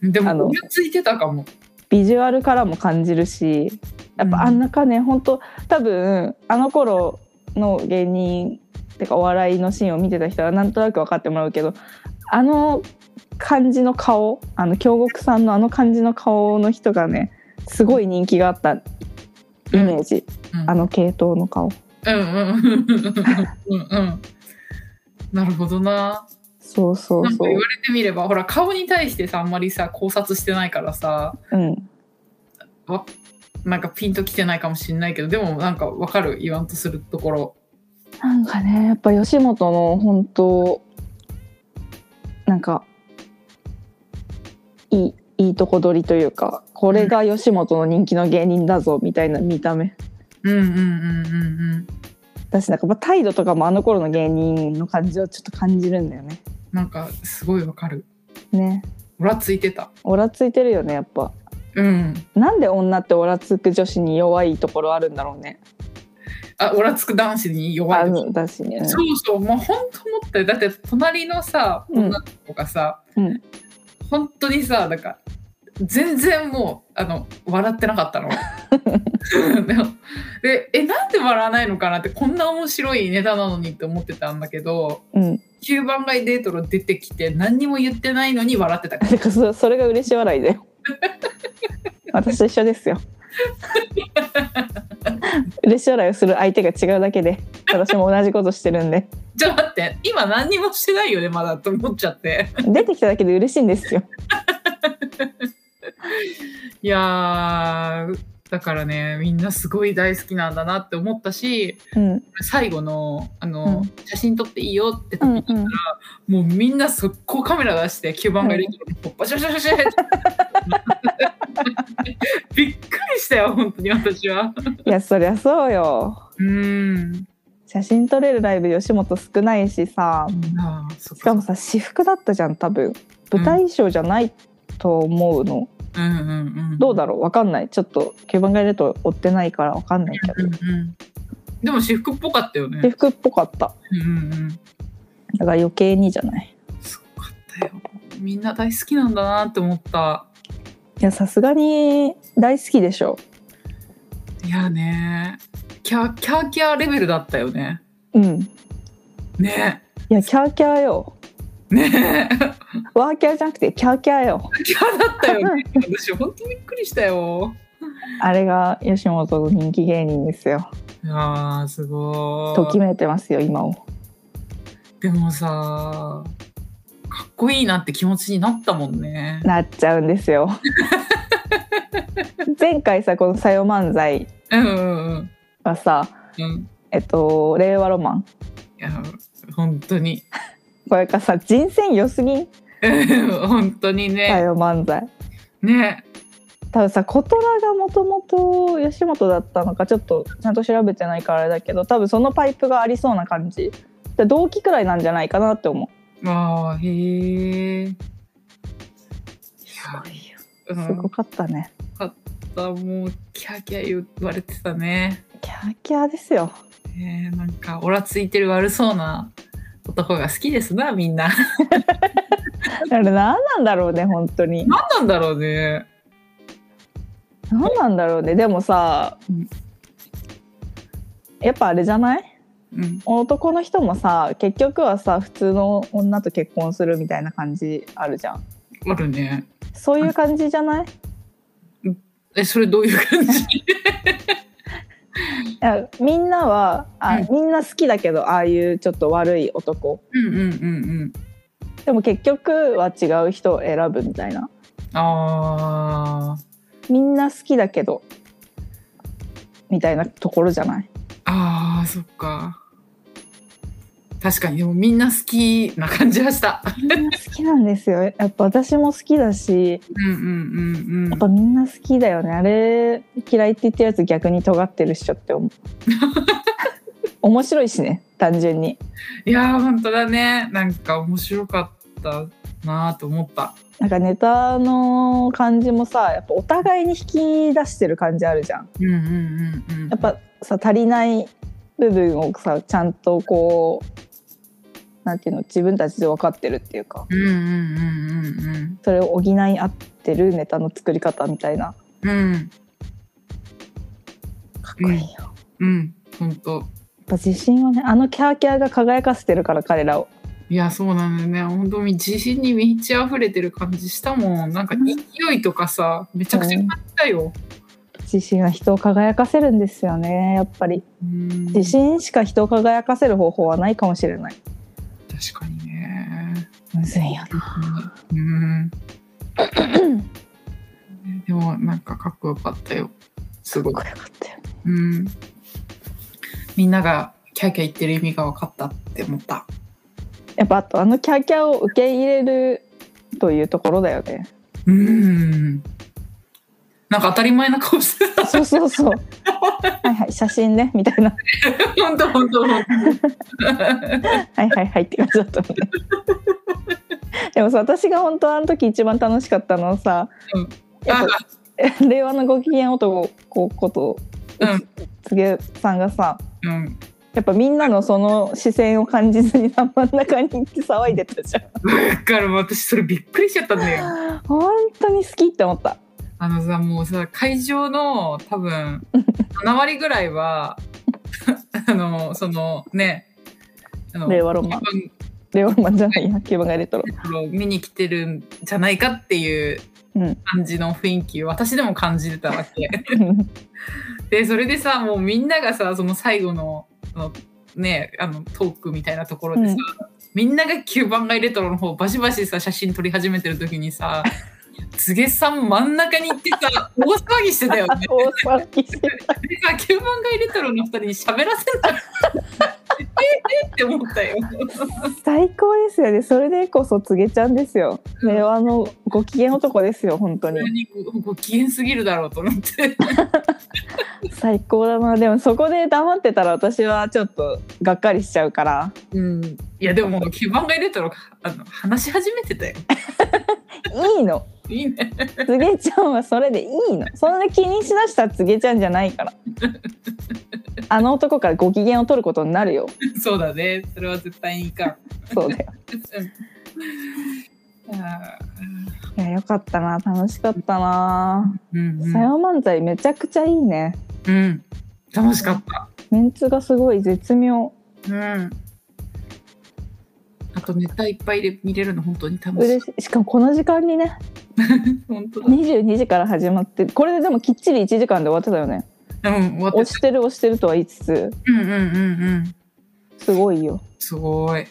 B: で
A: あの
B: も、ついてたかも。
A: ビジュアルからも感じるしやっぱあんなかね本当多分あの頃の芸人てかお笑いのシーンを見てた人はなんとなく分かってもらうけどあの感じの顔あの京極さんのあの感じの顔の人がねすごい人気があったイメージ、
B: うん
A: あの系統の顔
B: うんうん うんうんうん。なるほどな。
A: そうそう
B: なんか
A: そう
B: 言われてみれば、ほら、顔に対してさ、あんまりさ、考察してないからさ、
A: うん
B: わなんかピンときてないかもしれないけど、でもなんかわかる、言わんとするところ。
A: なんかねやっぱ吉本の本当なんかいいいいとこ取りというかこれが吉本の人気の芸人だぞみたいな見た目
B: うんうんうんうんうん。
A: だしなんかまあ態度とかもあの頃の芸人の感じをちょっと感じるんだよね
B: なんか、すごいわかる。
A: ね
B: オラついてた。
A: オラついてるよねやっぱ
B: うん。
A: なんで女ってオラつく女子に弱いところあるんだろうね
B: あ、オラつく男子に弱
A: あ
B: い。
A: のだしねうん
B: そうそう、もう本当思ったよ。だって隣のさ、
A: うん
B: 女の子がさ、
A: うん
B: 本当にさ、なんか、全然もう、あの、笑ってな かったの。でもで、え、なんで笑わないのかなって、こんな面白いネタなのにって思ってたんだけど、
A: うん
B: 9番街デートの出てきて、何にも言ってないのに笑ってた。
A: てかそそれが嬉し笑い だよ私と一緒ですよ嬉し笑いをする相手が違うだけで私も同じことしてるんで
B: じゃあ待って、今何にもしてないよね、まだと思っちゃって。
A: 出てきただけで嬉しいんですよ
B: いやー、だからね、みんなすごい大好きなんだなって思ったし、
A: うん
B: 最後のあ
A: う
B: の、
A: ん
B: 写真撮っていいよって
A: う
B: 時
A: ん
B: に、
A: うん
B: もうみんな速攻カメラ出して吸盤が出てくるのバシャバシャバシャバシャ びっくりしたよ本当に私はい
A: やそりゃそうよ
B: うん
A: 写真撮れるライブ吉本少ないしさ
B: ああそっ
A: しか
B: か
A: もさ私服だったじゃん多分舞台衣装じゃないと思うの、
B: うんうんうん
A: どうだろうわかんないちょっと吸盤がいると追ってないからわかんないけど、
B: うんうんでも私服っぽかったよね
A: 私服っぽかった
B: うんうんうん
A: だから余計にじゃない
B: すごかったよみんな大好きなんだなって思った
A: いやさすがに大好きでしょ
B: いやねキャーキャーキャーレベルだったよね
A: うんい
B: ね
A: やキャーキャーよ
B: ね
A: ワーキャーじゃなくてキャーキャーよ
B: キャーだったよね私本当びっくりしたよ
A: あれが吉本の人気芸人ですよ
B: あーすごい
A: ときめいてますよ今を
B: でもさかっこいいなって気持ちになったもんね
A: なっちゃうんです よ前回さこの「さよ漫才
B: うんうんうん」
A: はさ
B: うん
A: えっと令和ロマン
B: いや本当に
A: これからさ人選良すぎん
B: 本当に
A: さ
B: ね
A: よ漫才
B: ね
A: 多分さ琴ラがもともと吉本だったのかちょっとちゃんと調べてないからあれだけど多分そのパイプがありそうな感じで同期くらいなんじゃないかなって思
B: あーへえす
A: ごうすごかったね
B: もうキャーキャー言われてたね
A: キャーキャーですよ
B: ねなんかオラついてる悪そうな男が好きですなみんな
A: あれ何なんだろうね本当に
B: 何なんだろうね
A: 何なんだろうねでもさ
B: うん
A: やっぱあれじゃない
B: うん
A: 男の人もさ結局はさ普通の女と結婚するみたいな感じあるじゃん
B: あるね
A: そういう感じじゃない
B: えそれどういう感じ
A: いやみんなはあ、
B: うん
A: みんな好きだけどああいうちょっと悪い男
B: うんうんうんうん
A: でも結局は違う人を選ぶみたいな
B: あー
A: みんな好きだけどみたいなところじゃない
B: あーそっか確かにでもみんな好きな感じがした
A: みんな好きなんですよやっぱ私も好きだし
B: うんうんうんう
A: や
B: ん
A: っぱみんな好きだよねあれ嫌いって言ってるやつ逆に尖ってるっしょって 思う面白いしね単純に
B: いやー本当だねなんか面白かったなーと思った
A: なんかネタの感じもさやっぱお互いに引き出してる感じあるじゃん
B: うんうんうんうん
A: やっぱさ足りない部分をさちゃんとこうなんていうの自分たちで分かってるっていうか
B: うんうんうん
A: それを補い合ってるネタの作り方みたいな
B: うんうんうん
A: かっこいいよ、やっ
B: うん本当
A: ぱ自信はねあのキャーキャーが輝かせてるから彼らを
B: いやそうなんだよね本当に自信に満ち溢れてる感じしたもんなんか勢いとかさめちゃくちゃ感じたよ、
A: 自信は人を輝かせるんですよねやっぱり
B: うん、
A: 自信しか人を輝かせる方法はないかもしれない
B: 確かにね
A: むずいよね
B: うんでもなんかかっこよかったよすごい
A: かっこよかったよ
B: うんみんながキャーキャー言ってる意味が分かったって思った
A: やっぱあとあのキャーキャーを受け入れるというところだよね
B: うんなんか当たり前な顔してた
A: そうそうそうはいはい写真ねみたいな
B: 本当本当本
A: はいはいはいって感じだったのねでもさ私が本当あの時一番楽しかったのはさ、
B: うん
A: やっぱ令和のご機嫌男こと
B: 当うん
A: つげさんがさ
B: うん
A: やっぱみんなのその視線を感じずにさ真ん中に行って騒いでたじゃん
B: だから私それびっくりしちゃったんだよ
A: 本当に好きって思った
B: あのさもうさ会場の 多分7割ぐらいは あのそのねあの
A: 令和ロマン令和ロマンじゃないや基本がレトロ
B: 見に来てるんじゃないかっていう
A: うん
B: 感じの雰囲気を私でも感じてたわけ でそれでさもうみんながさその最後のあのねあのトークみたいなところでさ、みんなが吸盤街レトロの方バシバシさ写真撮り始めてる時にさつげさん真ん中に行ってさ大騒ぎしてたよね
A: 大騒ぎしてた
B: でさ吸盤街レトロの2人に喋らせた ええって思ったよ
A: 最高ですよねそれでこそつげちゃんですよ令和のご機嫌男ですよ本当に
B: 普通 にごご機嫌すぎるだろうと思って
A: 最高だなでもそこで黙ってたら私はちょっとがっかりしちゃうから
B: うん、いやでも基盤が入れたらあの話し始めて たよ。
A: いいの
B: いいね。
A: つげちゃんはそれでいいのそんな気にしだしたらつげちゃんじゃない からあの男からご機嫌を取ることになるよ
B: そうだね。それは絶対にいかん。
A: そうだよ
B: うんあ
A: いやよかったな楽しかったな
B: ーうん
A: さよ漫才めちゃくちゃいいね
B: うん、うん、楽しかっ
A: メンツがすごい絶妙
B: た。うん。あとネタいっぱいで見れるの本当に楽しい。
A: 嬉しいしかもこの時間にね
B: 本当だ。
A: 22時から始まってこれででもきっちり1時間で終わってたよね
B: うん、終わって
A: 押してる押してるとは言いつつ
B: うんうんうんうん。
A: すごいよ
B: すごい。
A: やっ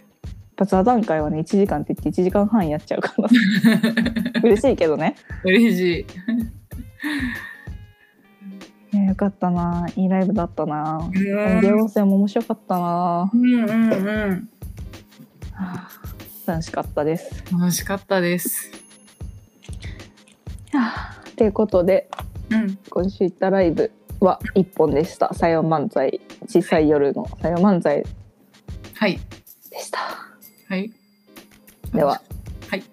A: ぱ座談会はね1時間って言って1時間半やっちゃうから 嬉しいけどね
B: 嬉しい。
A: いやよかったないいライブだったな
B: うん
A: 芸能生も面白かったな
B: うんうんうん。
A: はあ楽しかったです
B: 楽しかったです。
A: はあということで
B: うん。
A: 今週行ったライブは1本でした「さよ漫才」小さい夜の「さよ漫才
B: はい。」
A: でした
B: はい。
A: では
B: はい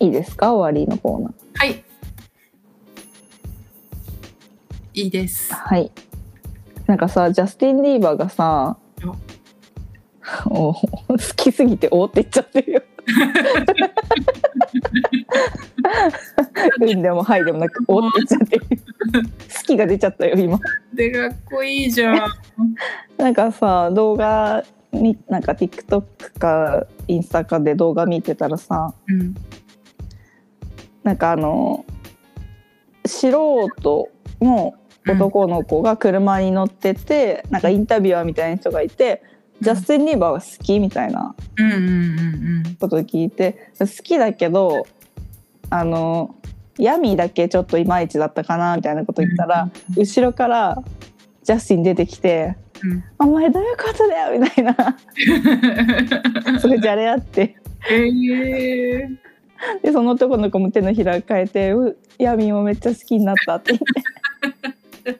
A: いいですか終わりのコーナー
B: はい。いいです。
A: はいなんかさジャスティン・リーバーがさ
B: お
A: お好きすぎて「お」って言っちゃってるようんでも「はい」でもなく「お」って言っちゃってる好きが出ちゃったよ今
B: で、かっこいいじゃん。
A: なんかさ動画になんか TikTok かインスタかで動画見てたらさ
B: うん。
A: なんかあの素人の男の子が車に乗ってて、なんかインタビュアーみたいな人がいて、ジャスティン・リーバーは好きみたいな
B: うんうんうん
A: ことを聞いて好きだけどあの闇だけちょっといまいちだったかなみたいなこと言ったら、後ろからジャスティン出てきて
B: うん
A: 「お前どういうことだよ」み たいな
B: うん。
A: すごいじゃれ合って
B: ええ
A: でその男の子も手のひら変えて「う闇もめっちゃ好きになった」って 言っ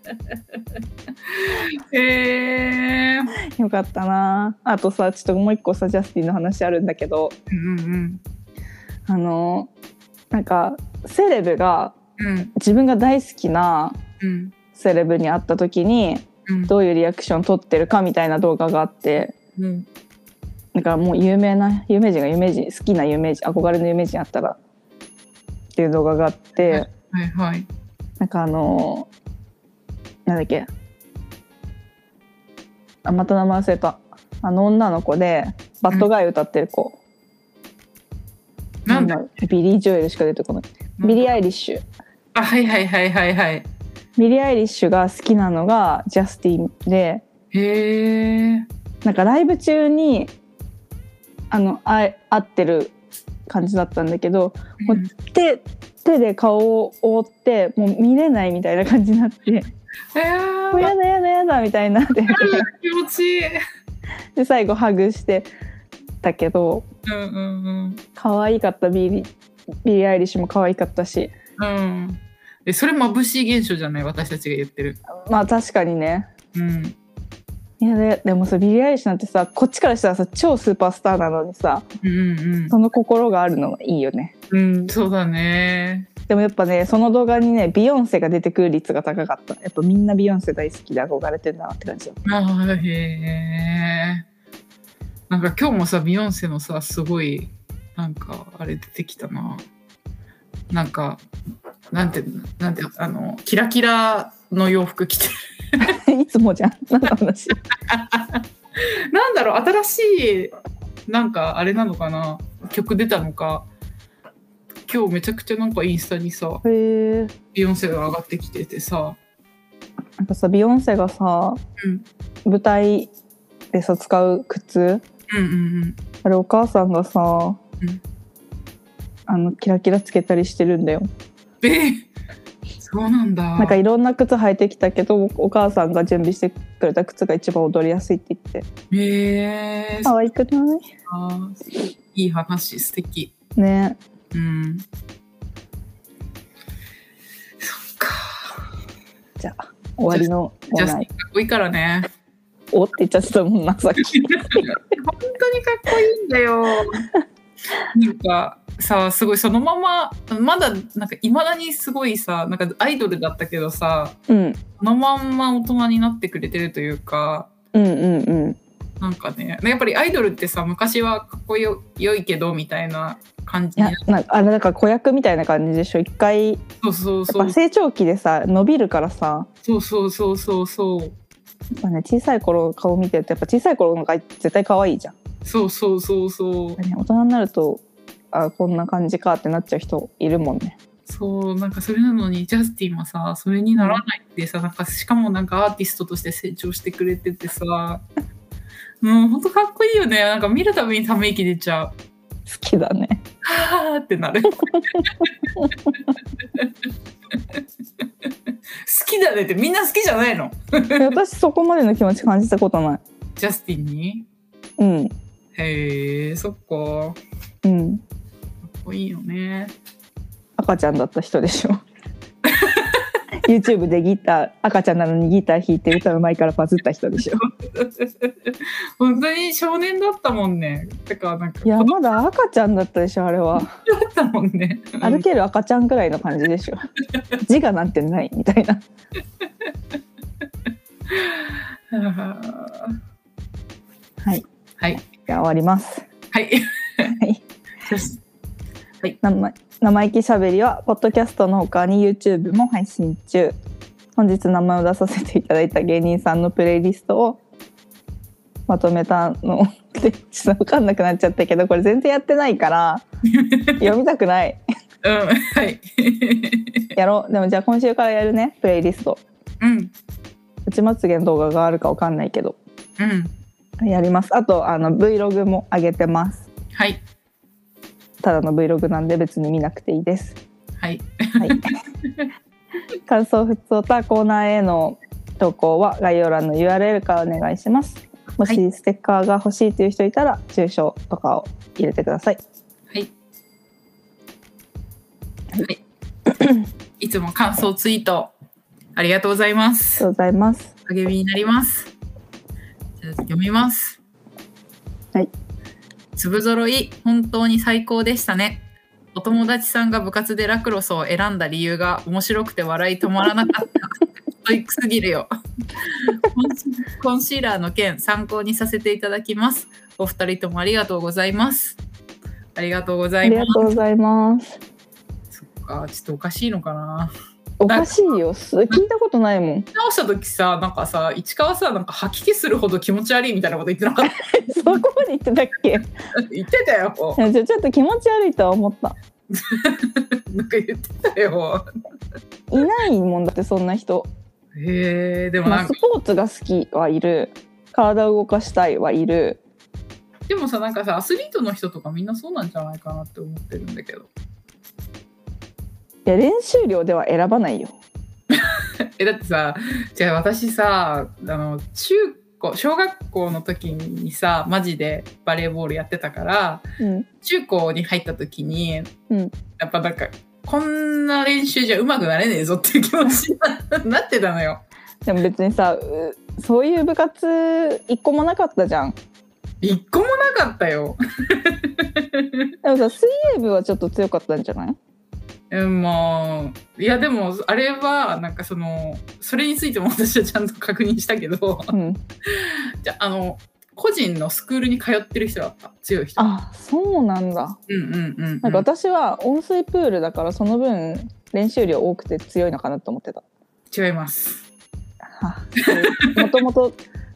B: ええ
A: てよかったなあとさちょっともう一個さジャスティンの話あるんだけど
B: うんうん
A: あのなんかセレブが
B: うん
A: 自分が大好きな
B: うん
A: セレブに会った時に
B: うん
A: どういうリアクション取ってるかみたいな動画があって
B: うん
A: なんかもう有名な有名人が有名人好きな有名人憧れの有名人あったらっていう動画があって
B: はいはい。
A: なんかあのーなんだっけあまた名前忘れたあの女の子でバッドガイ歌ってる子、
B: なんだ
A: 名前ビリー・ジョエルしか出てこないビリー・アイリッシュ
B: あ、はいはいはいはいはい。
A: ビリー・アイリッシュが好きなのがジャスティンで
B: へえ。
A: なんかライブ中にあのあ会ってる感じだったんだけどもう
B: うん
A: 手手で顔を覆ってもう見れないみたいな感じにな って
B: え
A: 「もう
B: ー、
A: やだやだやだ」みたいにな って
B: 気持ちいい。
A: で最後ハグしてたけど
B: うんうんうん。
A: 可愛かったビリビリー・アイリッシュも可愛かったし
B: うん。え、それ眩しい現象じゃない私たちが言ってる。
A: まあ確かにね
B: うん。
A: いやででもさビリー・アイリッシュなんてさこっちからしたらさ超スーパースターなのにさ
B: うん
A: その心があるのがいいよね
B: うん。うん、そうだね。
A: でもやっぱねその動画にねビヨンセが出てくる率が高かったやっぱみんなビヨンセ大好きで憧れてんだなって感じだった
B: ああ、へえ。なんか今日もさ、ビヨンセのさ、すごい、なんか、あれ出てきたな。なんか、なんて、なんて、あの、キラキラの洋服着て
A: いつもじゃん何の話
B: なんだろう、新しい、なんか、あれなのかな。曲出たのか。今日めちゃくちゃなんかインスタにさ、
A: へえ
B: ビヨンセが上がってきててさ、
A: なんかさビヨンセがさ、
B: うん
A: 舞台でさ使う靴
B: うんうんうん。
A: あれお母さんがさ、
B: うん
A: あのキラキラつけたりしてるんだよ
B: えーそうなんだ。
A: なんかいろんな靴履いてきたけどお母さんが準備してくれた靴が一番踊りやすいって言って
B: えー、
A: 可愛くない
B: あーいい話、素敵。
A: ね
B: うん。そっか。
A: じゃあ終わりのコ
B: ジ
A: ー
B: ャ
A: ナ
B: スティン
A: ー
B: かっこいいからね。
A: おって言っちゃってたもんなさっき
B: 本当にかっこいいんだよ。なんかさ、すごいそのまま、まだ、なんかいまだにすごいさ、なんかアイドルだったけどさ、
A: うん
B: そのまんま大人になってくれてるというか、
A: うんうんうん
B: なんかね、やっぱりアイドルってさ、昔はかっこよよいけどみたいな感
A: い
B: じに
A: やなんかあれだから子役みたいな感じでしょ一回やっ
B: そうそうそ
A: ぱ
B: う。
A: 成長期でさ伸びるからさ
B: そうそうそうそうそう。
A: やっぱね小さい頃顔見てるとやっぱ小さい頃の方が絶対可愛いじゃん、
B: そうそうそうそう。
A: ね、大人になるとあこんな感じかってなっちゃう人いるもんね
B: そう、なんかそれなのに、ジャスティンはさ、それにならないってさ、なんか、しかもなんかアーティストとして成長してくれててさ、もうほんとかっこいいよね。なんか見るたびにため息出ちゃう。
A: 好きだ ね
B: はーってなる。好きだねってみんな好きじゃないの
A: いや私そこまでの気持ち感じたことない
B: ジャスティンに
A: うん
B: へえ、そっか。か
A: うん
B: っこいいよね。
A: 赤ちゃんだった人でしょ YouTube でギター赤ちゃんなのにギター弾いて歌うまいからバズった人で しょ
B: 本当に少年だったもんね。てか、なんか、
A: いや
B: 子供
A: まだ赤ちゃんだったでしょあれは
B: だったもんね。
A: 歩ける赤ちゃんぐらいの感じでしょ 字がなんてないみたいな。
B: はいはい。
A: じゃあ終わります
B: はい。
A: はい
B: よし
A: 生生意気しゃべりはポッドキャストのほかに YouTube も配信中本日名前を出させていただいた芸人さんのプレイリストをまとめたのでちょっと分かんなくなっちゃったけどこれ全然やってないから読みたくない
B: うん。はい。
A: やろうでもじゃあ今週からやるねプレイリスト
B: うん。
A: うちまつげの動画があるか分かんないけど
B: うん。
A: やりますあとあの Vlog も上げてます
B: はい。
A: ただの Vlog なんで別に見なくていいです
B: はい。
A: はい、感想ふつおたコーナーへの投稿は概要欄の URL からお願いしますも
B: は
A: しステッカーが欲しいという人いたら住所とかを入れてください
B: はい。はい。いつも感想ツイート。ありがとうござい
A: あ
B: ま
A: りがと
B: す。
A: うございます
B: 励みになります。じゃあ読みます。
A: はい。
B: 粒ぞろい、本当に最高でしたね。お友達さんが部活でラクロスを選んだ理由が面白くて笑い止まらなかった。 トイックすぎるよ。 コンシコンシーラーの件、参考にさせていただきます。お二人ともありがとうございます。ありがとうござ
A: あ
B: い
A: り
B: ま
A: がとうございます。
B: す。そっか、ちょっとおかしいのかな。
A: おかしいよ。す聞いたことないもん。
B: 直した時さ、なんかさ、市川さ、なんか吐き気するほど気持ち悪いみたいなこと言ってなかっ た。
A: そこまで言ってたっけ？
B: 言ってたよ。
A: いやちょちょっと気持ち悪いとは思った。
B: なんか言ってたよ。
A: いないもんだってそんな人。
B: へえ、でも
A: ま
B: な
A: あ、
B: ん
A: ス
B: か、
A: ポーツが好きはいる。体を動かしたいはいる。
B: でもさ、なんかさ、アスリートの人とかみんなそうなんじゃないかなって思ってるんだけど。
A: いや練習量では選ばないよ。
B: えだってさじゃあ私さあの中高小学校の時にさマジでバレーボールやってたから
A: うん。
B: 中高に入った時に、
A: うん
B: やっぱなんかこんな練習じゃ上手くなれねえぞっていう気持ちにななってたのよ。
A: でも別にさうそういう部活一個もなかったじゃん。
B: 一個もなかったよ。
A: でもさ水泳部はちょっと強かったんじゃない
B: うんまあいやでもあれはなんかそのそれについても私はちゃんと確認したけど
A: うん。
B: じゃああの個人のスクールに通ってる人だった強い人。
A: あそうなんだ。
B: うんうんうんうん、
A: なんか私は温水プールだからその分練習量多くて強いのかなと思ってた。
B: 違います。
A: はあもともと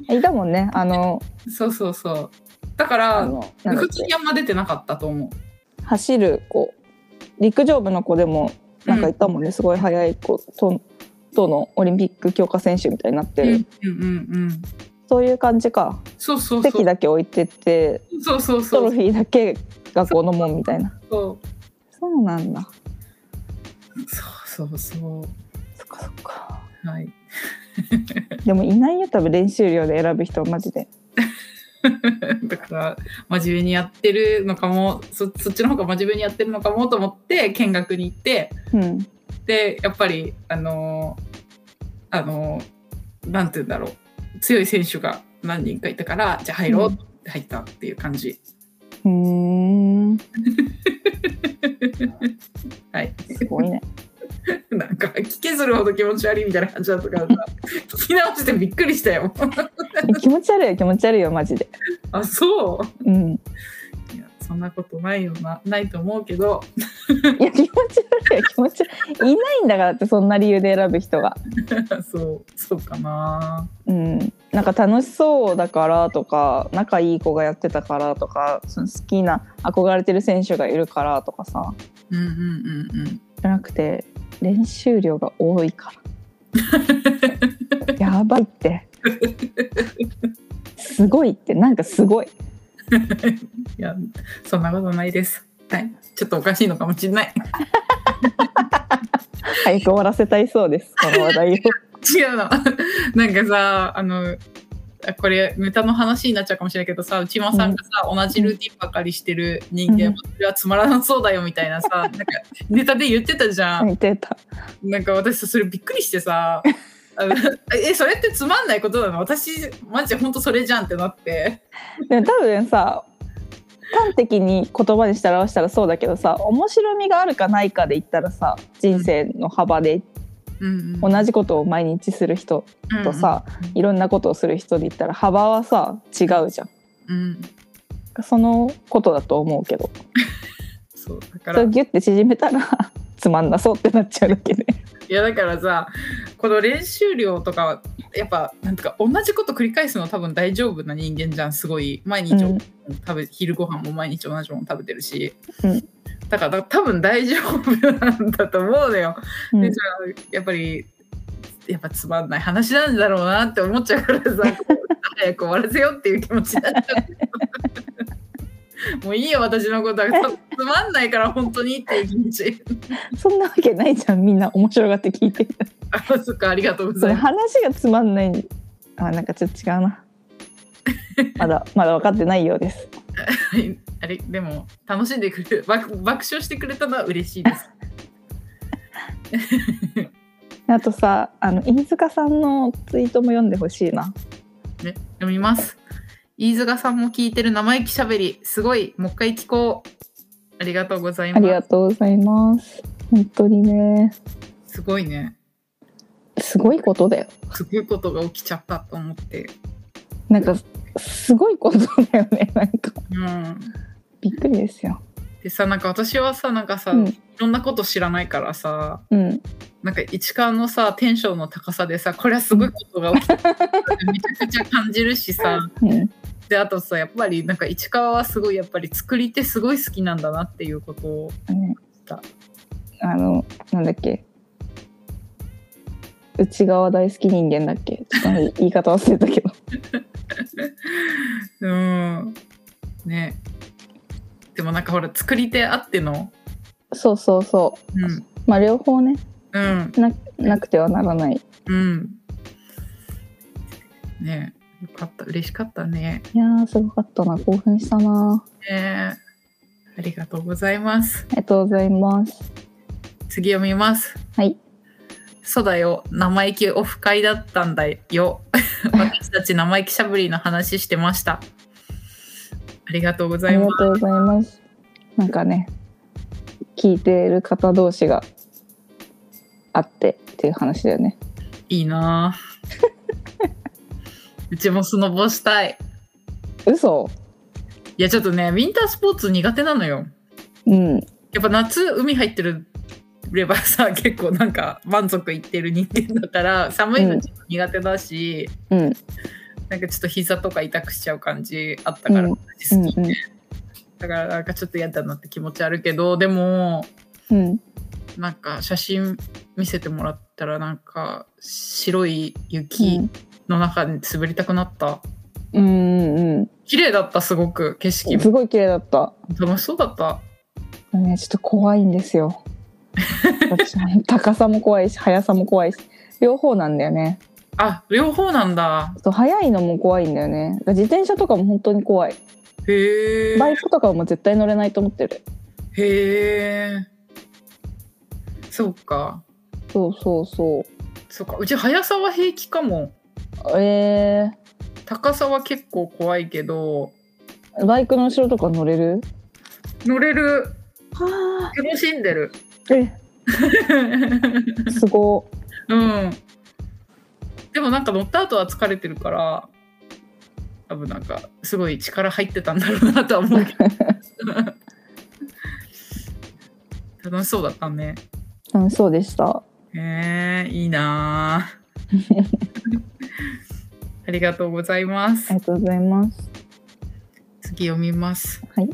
A: いたもんね。あの
B: そうそうそう。だか
A: あ
B: ら、
A: のなんだっ
B: 普
A: け
B: 通にあんま出てなかったと思う。
A: 走る子陸上部の子でもなんかいたもんね、すごい速い子ととのオリンピック強化選手みたいになって
B: うん
A: る、
B: うんうんうん。
A: そういう感じか
B: そうそうそ
A: 席
B: う。
A: だけ置いてって
B: そうそう
A: ト
B: そ
A: ロ
B: う
A: フィーだけ学校のもんみたいな
B: そう。
A: そうなんだ
B: そうそうそ
A: そっかそっか
B: う。はい。
A: でもいないよ多分練習量で選ぶ人マジで
B: だから、真面目にやってるのかも、そそっちの方が真面目にやってるのかもと思って、見学に行って、
A: うん
B: で、やっぱり、あのーあのーなんて言うんだろう。強い選手が何人かいたから、じゃあ入ろうって入ったっていう感じ。
A: うーん
B: はい。
A: すごい ね
B: なんか、聞けずるほど気持ち悪いみたいな感じだったからさ、聞き直してびっくりしたよ。
A: え気持ち悪いよ気持ち悪いよマジで
B: あ、そ
A: うん
B: ういや、そんなことないよな、ないと思うけど、
A: いや気持ち悪いよ気持ち悪いいないんだからってそんな理由で選ぶ人が
B: そう、そうかな。
A: うん、なんか楽しそうだからとか仲いい子がやってたからとかその好きな憧れてる選手がいるからとかさ
B: うんうんうん うん。
A: じゃなくて練習量が多いからやばい ってすごいってなんかすごい
B: いや、そんなことないです。はい。ちょっとおかしいのかもしれない。
A: 早く終わらせたいそうですこの話題を
B: 違うの。 なんかさ、あの、あこれネタの話になっちゃうかもしれないけどさ内間さんがさ、同じルーティンばかりしてる人間
A: う
B: はそれはつまらなそうだよみた いなさ、なんかネタで言ってたじゃん、
A: 見て た
B: なんか私さそれびっくりしてさ あのえそれってつまんないことなの私マジで本当それじゃんってなって
A: でも多分さ端的に言葉にして表したらそうだけどさ面白みがあるかないかで言ったらさ人生の幅で
B: うんうん
A: 同じことを毎日する人とさ、
B: うん
A: いろんなことをする人で言ったら幅はさ違うじゃん
B: うん
A: そのことだと思うけど
B: そうだ
A: そ
B: か
A: れを
B: らい
A: ギュッて縮めたら つまんなそうってなっちゃうだ けで
B: やだからさこの練習量とかはやっぱなんとか同じこと繰り返すの多分大丈夫な人間じゃんすごい毎日、
A: うん
B: 食べ昼ご飯も毎日同じもの食べてるし、
A: うん
B: だから多分大丈夫なんだと思うのよ、
A: うん
B: でじゃあやっぱりやっぱつまんない話なんだろうなって思っちゃうから さ早く終わらせようっていう気持ちになっちゃうもういいよ私のことはつまんないから本当にっていう気持ち
A: そんなわけないじゃんみんな面白がって聞いてる
B: あそっかありがとうご
A: そ
B: ざ
A: れ
B: います
A: 話がつまんないあなんかちょっと違う なまだまだ分かってないようです
B: はい あれでも楽しんでくれる 爆爆笑してくれたのは嬉しいです
A: あとさあの飯塚さんのツイートも読んでほしいな
B: ね、読みます。飯塚さんも聞いてる生意気しゃべり、すごい、もう一回聞こう。ありがとうござい
A: あり
B: ま
A: がとうございます本当にね
B: す。すごいね。
A: すごいことだよ
B: すごいことが起きちゃったと思って。
A: なんかすごいことだよね なんか
B: うん。
A: びっくりですよ
B: でさ、なんか私はさ、なんかさ、
A: うん
B: いろんなこと知らないからさ、
A: うん
B: なんか市川のさ、テンションの高さでさ、これはすごいことが起 きたってめちゃくちゃ感じるしさ、
A: うん
B: で、あとさ、やっぱりなんか市川はすごい、やっぱり作り手すごい好きなんだなっていうことを
A: ね
B: した。
A: あのなんだっけ内側大好き人間だっけちょっと言い方忘れたけど
B: うん。ね。でもなんかほら、作り手あっての、
A: そうそうそう
B: うん。
A: まあ両方ね
B: うん。
A: ななくてはならない
B: うん。ねよかった。嬉しかったね。
A: いやーすごかったな興奮したな
B: ねありがとうございます。
A: ありがとうございます
B: 次読みます。
A: はい。
B: そうだよ。生意気オフ会だったんだ よ。私たち生意気しゃぶりの話してました。ありがとうご
A: あ
B: ざ
A: り
B: い
A: が
B: ます。
A: とうございますなんかね聞いてる方同士があってっていう話だよね
B: いいなぁ うちもスノボしたい。
A: 嘘
B: いや、ちょっとね、ウィンタースポーツ苦手なのよ。
A: うん
B: やっぱ夏、海入ってるればさ、 結構なんか満足いってる人間だから、寒いのちょっと苦手だし、
A: うん
B: なんかちょっと膝とか痛くしちゃう感じあっ
A: う
B: た
A: んう
B: から、
A: ん
B: 私
A: う
B: 好き。
A: ん
B: だからなんかちょっと嫌だなって気持ちあるけど、でも、
A: うん
B: なんか写真見せてもらったら、なんか白い雪の中に滑りたくなった。
A: うんうん
B: 綺麗だった、すごく。景
A: う
B: 色
A: ん
B: も
A: すごい綺麗だった
B: 楽しそうだった。
A: ねちょっと怖いんですよ 私も高さも怖いし速さも怖いし両方なんだよね
B: あ、両方なんだ。
A: そう速いのも怖いんだよね自転車とかも本当に怖い
B: へえ。
A: バイクとかも絶対乗れないと思ってる
B: へえ。そうか。
A: そうそうそ
B: そうか。うち速さは平気かも。
A: うえ
B: 高さは結構怖いけど、
A: ー、バイクの後ろとか乗れる
B: 乗れる。
A: は
B: 楽しんでる。
A: あえすご
B: うん。でもなんか乗った後は疲れてるから、多分なんかすごい力入ってたんだろうなとは思うけど。楽しそうだったね。
A: うんそうでした
B: へえ、いいなあありがとうございます
A: あり。がとうございます
B: 次読みます。
A: はい。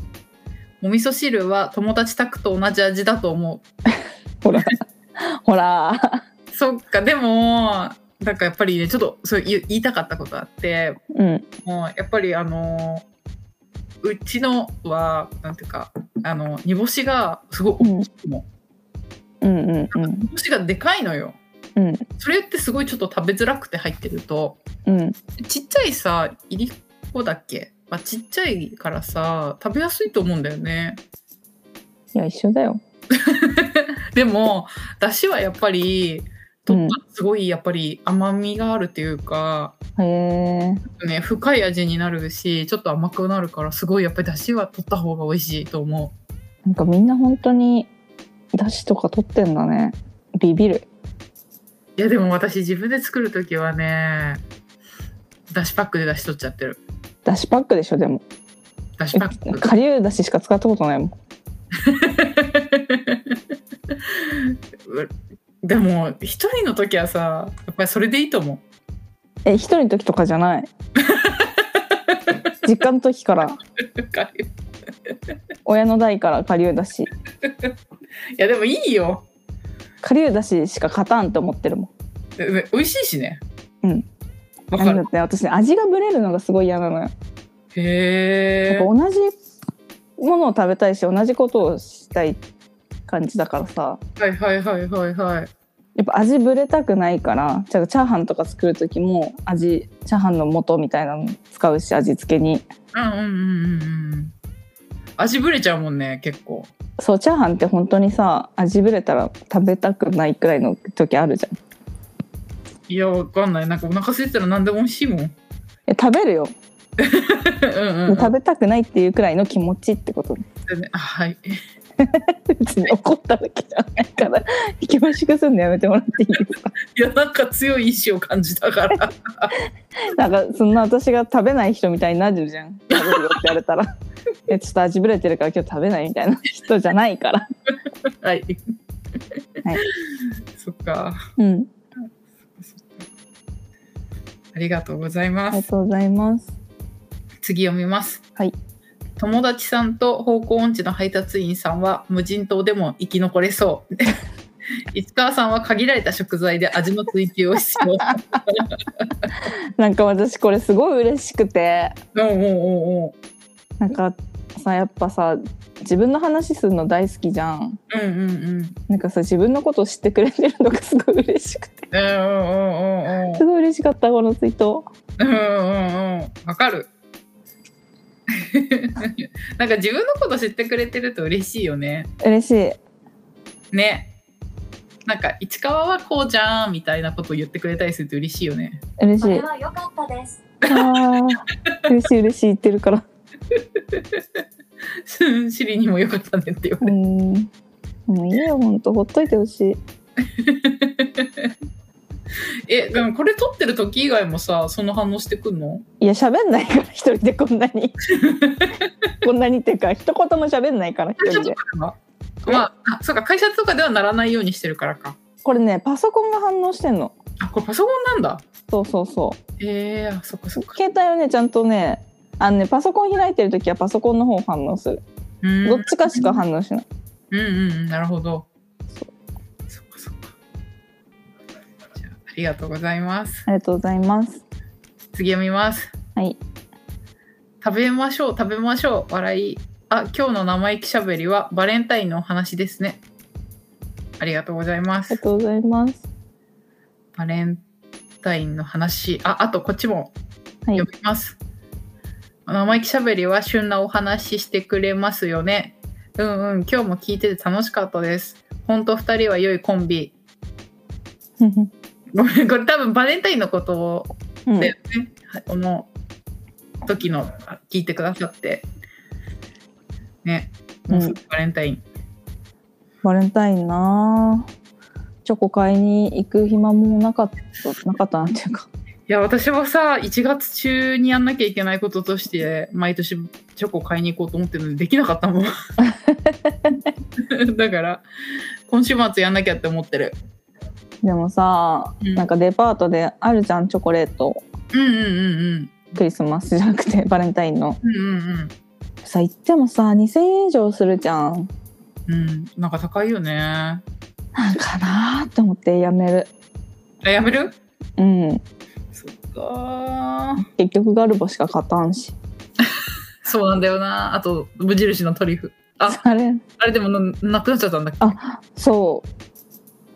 B: お味噌汁は友達宅と同じ味だと思
A: ほらほら
B: う。そっか、でも、なんかやっぱりね、ちょっとそう言う言いたかったことあって、
A: うん
B: もうやっぱりあのー、うちのは、なんていうか、あの、煮干しがすごい
A: うん
B: 大きいもん。
A: うんうんうん
B: 煮干しがでかいのよ。
A: うん
B: それってすごいちょっと食べづらくて入ってると、
A: うん
B: ちっちゃいさ、いりこだっけ、まあ、ちっちゃいからさ、食べやすいと思うんだよね。
A: いや一緒だよ
B: でも出汁はやっぱり取ったらすごいやっぱり甘みがあるっていうか、
A: へえ
B: ね、深い味になるしちょっと甘くなるからすごいやっぱり出汁は取った方が美味しいと思
A: なんかみんな本当にだしとか取ってんだねビビる
B: ういやでも私自分で作る時はね出汁パックで出汁取っちゃってる
A: だしパックでしょでも
B: 出汁パック
A: 顆粒だししか使ったことないもん
B: うでも一人の時はさやっぱりそれでいいと思う
A: え一人の時とかじゃない 実家の時から
B: 深い
A: 親の代から顆粒だし
B: いやでもいいよ
A: 顆粒だししか勝たんって思ってるも
B: でで美味しいしね
A: うん
B: わ
A: ん
B: か
A: なん
B: る
A: だって私ね味がブレるのがすごい嫌なのよ
B: へえ
A: なんか同じものを食べたいし同じことをしたい感じだからさ
B: はいはいはいはいはい。
A: やっぱ味ぶれたくないからじゃあチャーハンとか作る時も味チャーハンの素みたいなの使うし味付けに
B: うんうんうんうんうん。味ぶれちゃうもんね、結構。
A: そうチャーハンって本当にさ味ぶれたら食べたくないくらいの時あるじゃん
B: いや、わかんない。なんかお腹空いてたら何でも美味しいもん。
A: え食べるよ、
B: うんうん、うん。
A: 食べたくないっていうくらいの気持ちってこと
B: べね。あはい。
A: 別に怒っただけじゃないから恐縮するのやめてもら っていいですか
B: いやなんか強い意志を感じたから
A: なんかそんな私が食べない人みたいになるじゃん食べるよって言われた らえちょっと味ぶれてるから今日食べないみたいな人じゃないから
B: はい、
A: はい
B: そっか
A: うん
B: ありがとうござい
A: あ
B: ま
A: り
B: す
A: がとうございます
B: 次読みます。
A: はい。
B: 友達さんと方向音痴の配達員さんは無人島でも生き残れ そう。市川さんは限られた食材で味の追求を必要。
A: なんか私これすごい嬉しくて
B: うんうんうんうん。
A: なんかさやっぱさ自分の話するの大好きじゃん
B: うんうんうん。
A: なんかさ自分のことを知ってくれてるのがすごい嬉しくて
B: うんうんうんうん
A: すごい嬉しかったこのツイート
B: うんうんうん。わかる。なんか自分のこと知ってくれてると嬉しいよね。
A: 嬉しい
B: ね。なんか市川はこうじゃんみたいなことを言ってくれたりすると嬉しいよね。
A: 嬉
C: そ
A: しい
C: れは良かったです。
A: あー嬉しい嬉しい言ってるから
B: シリにもよかったねって言われて
A: うんもういいよほんとほっといてほしい
B: えでもこれ撮ってる時以外もさその反応してくんの
A: いや喋んないから一人でこんな にこんなにっていうか一言も喋んないから一人で
B: ま
A: え
B: ああそうか会社とかではならないようにしてるからか
A: これねパソコンが反応してんの
B: あこれパソコンなんだ
A: そうそうそう
B: えー、あそっかそっか
A: 携帯をねちゃんとねあのねパソコン開いてる時はパソコンの方反応する
B: うん
A: どっちかしか反応しない
B: うんうんうんなるほどそっかそっかじゃあありがとうございます
A: ありがとうございます
B: 次読みます
A: はい
B: 食べましょう食べましょう笑いあ今日の生意気しゃべりはバレンタインのお話ですねありがとうございま
A: あり
B: す
A: がとうございます
B: バレンタインの話ああとこっちも
A: はい
B: 読みます、生意気しゃべりは旬なお話ししてくれますよねうんうん今日も聞いてて楽しかったですほんと2人は良いコンビごめんこれ多分バレンタインのこと
A: うん
B: だよね、はいこの時のあ聞いてくださってねもうすぐバレンタイン、
A: バレンタインなあチョコ買いに行く暇もなかったなかったなっていうか
B: いや私はさ1月中にやんなきゃいけないこととして毎年チョコ買いに行こうと思ってるのにできなかったもんだから今週末やんなきゃって思ってる
A: でもさ、
B: うん
A: なんかデパートであるじゃんチョコレート
B: うんうんうん
A: クリスマスじゃなくて バレンタインの
B: うんうん
A: さ行ってもさ2,000円以上するじゃん
B: うんうんなんか高いよねあ
A: なんかなーって思ってやめる
B: やめる
A: うん
B: そっかー
A: 結局ガルボしか勝たんし
B: そうなんだよなあと無印のトリュフあ
A: あれ
B: あれでもななくなっちゃったんだっけ
A: そう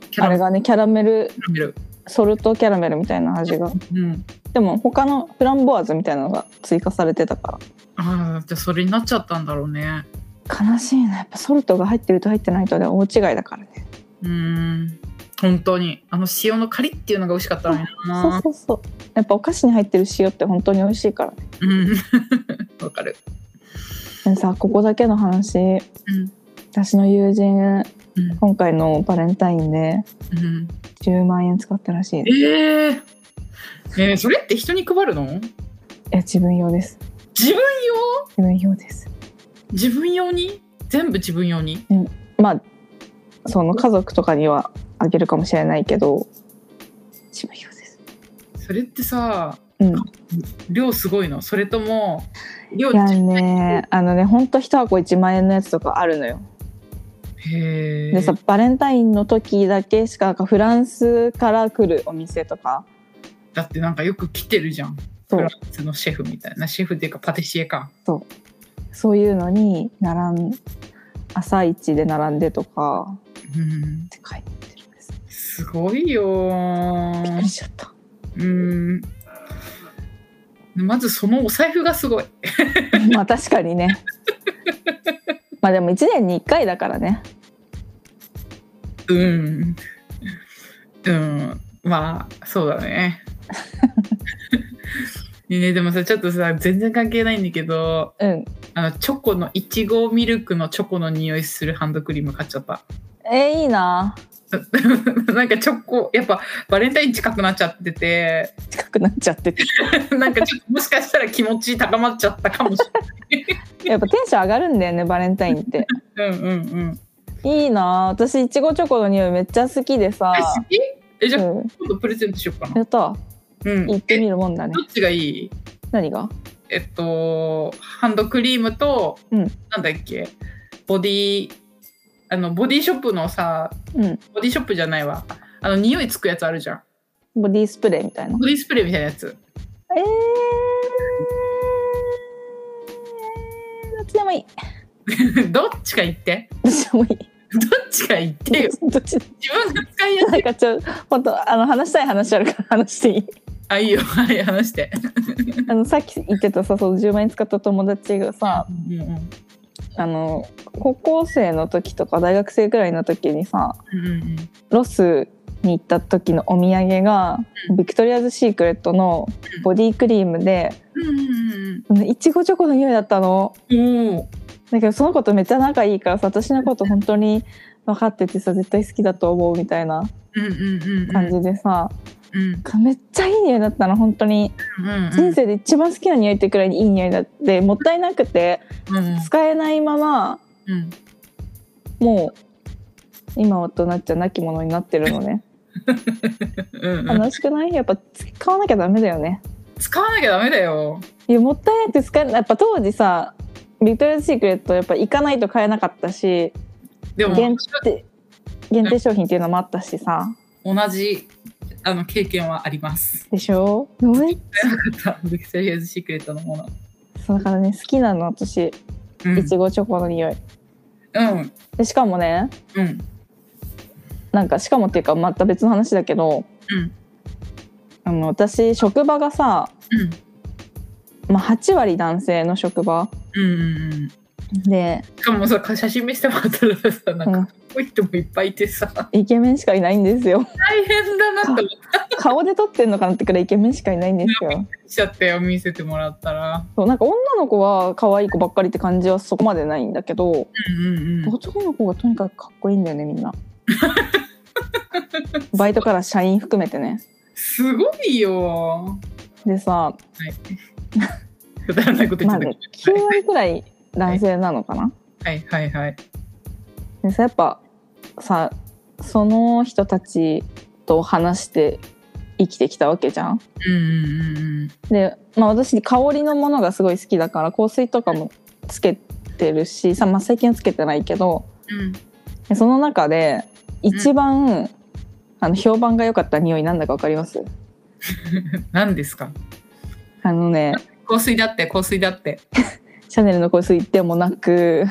B: キャ
A: あ
B: ラ
A: れ
B: メ
A: がねキャラメル
B: ル
A: ソルトキャラメルみたいな味が
B: うん
A: でも他のフランボワーズみたいなのが追加されてたか
B: ああじゃあそれになっちゃったんだろうね
A: ら悲しいなやっぱソルトが入ってると入ってないとでは大違いだからね
B: うーん本当にあの塩のカリッっていうのが美味しかったのに
A: そう
B: な
A: そうそうやっぱお菓子に入ってる塩って本当に美味しいからね
B: うん わかる
A: でもさここだけの話
B: うん
A: 私の友人
B: うん
A: 今回のバレンタインで
B: うん
A: 10万円使ったらしいです
B: えーえーそれって人に配るの
A: え自分用です
B: 自分用
A: 自分用です
B: 自分用に全部自分用に
A: まあその家族とかにはあげるかもしれないけど自分用です
B: それってさ
A: うん
B: 量すごいのそれとも量
A: いやねあのねほんと一箱1万円のやつとかあるのよ
B: へえ
A: でさバレンタインの時だけしかなんかフランスから来るお店とか
B: だってなんかよく来てるじゃん
A: そ
B: フ
A: う
B: ランスのシェフみたいなシェフっていうかパティシエか
A: そういうのに並ん朝一で並んでとか
B: うん
A: って書いてるんです
B: すごいよー
A: びっくりしちゃった
B: うーんまずそのお財布がすごい。
A: まあ確かに ねまあでも1年に1回だからね
B: うん。 うん。まあ、そうだね。ねでもさちょっとさ全然関係ないんだけど
A: うん。
B: あのチョコのいちごミルクのチョコの匂いするハンドクリーム買っちゃった
A: えー、いいな。
B: なんかチョコやっぱバレンタイン近くなっちゃってて
A: 近くなっちゃってて。
B: なんかちょっともしかしたら気持ち高まっちゃったかもし
A: やっぱテンション上がるんだよね、バレンタイン って。
B: れないうんうん うん
A: いいな。私、いちごチョコの匂いめっちゃ好きで さ。
B: 好きえじ
A: う
B: ゃあ
A: ん。
B: 今度プレゼントしようかな
A: やった。
B: うん
A: 行って
B: え
A: みるもんだね
B: ど。っちがいい
A: 何が
B: えっとハンドクリームと、
A: うん
B: なんだっけボディあのボディショップのさ
A: うん。
B: ボディショップじゃないわあの匂いつくやつあるじゃん
A: ボディスプレーみたいな。
B: ボディスプレーみたいなやつ
A: えー。どっちでもいい。
B: どっちか言って。
A: どっちでもいい。
B: どっちか言ってよ。
A: どっちでも
B: 自分が使いやすい。
A: なんかちょっと、ほんと、あの、話したい話あるから話していい
B: あ、いいよ。 はい、話して。
A: あの、さっき言ってたさ、その10万円使った友達がさ、
B: うんうん。
A: あの、高校生の時とか大学生くらいの時にさ、
B: うんうん
A: ロスに行った時のお土産が、ビクトリアズ・シークレットのボディクリームで、
B: うんうん
A: そのいちごチョコの匂いだったの。
B: うん。おお。
A: だけど、その子とめっちゃ仲いいからさ、私のこと本当に分かっててさ、絶対好きだと思うみたいな
B: うんうんうんうん。
A: 感じでさ、
B: うん
A: めっちゃいい匂いだったの、本当に。
B: うんうん。
A: 人生で一番好きな匂いってくらいにいい匂いだってもったいなくて
B: うん
A: 使えないまま
B: うん。
A: もう今はとなっちゃなきものになってるのね
B: うんうん。
A: 悲しくないやっぱ使わなきゃダメだよね
B: 使わなきゃダメだよ。
A: いやもったいなくて使えないやっぱ当時さビクトリアズ・シークレットやっぱ行かないと買えなかったし
B: でも
A: 限定限定商品っていうのもあったしさ
B: 同じあの経験はあります。
A: でしょめ
B: なかった。ビクトリアズシークレットのもの。
A: そうだからね好きなの私
B: うん。
A: いちごチョコの匂い
B: うん
A: でしかもね
B: うん
A: なんかしかもっていうかまた別の話だけど、
B: うん
A: あの私職場がさ、
B: うん
A: まあ、8割男性の職場
B: うんうんうん。
A: で、
B: しかもさ写真見せてもらったらさなん
A: う
B: か
A: ん
B: かっこいい人もいっぱいいてさ
A: イケメンしかいないんです よ
B: 大変だなって思っ
A: 顔で撮ってんのかなってくらいイケメンしかいないんですよ
B: ちゃったよ見せてもらったら
A: そうなんか女の子は可愛い子ばっかりって感じはそこまでないんだけど、
B: うんうんうん
A: 男の子がとにかくかっこいいんだよね みんなバイトから社員含めてね
B: すごいよ
A: でさ
B: くだらないこと言
A: ま
B: っ
A: あ
B: て
A: 9
B: た
A: 割くらい男性なのかな、
B: はいはいはい
A: でさやっぱさその人たちと話して生きてきたわけじゃん。
B: うんうんうん
A: で、まあ、私香りのものがすごい好きだから香水とかもつけてるしさ、まあ、最近はつけてないけど
B: うん
A: でその中で一番、あの評判が良かった匂いなんだかわかります
B: うん何ですか
A: あのね
B: 香水だって香水だって
A: シャネルの香水でもなく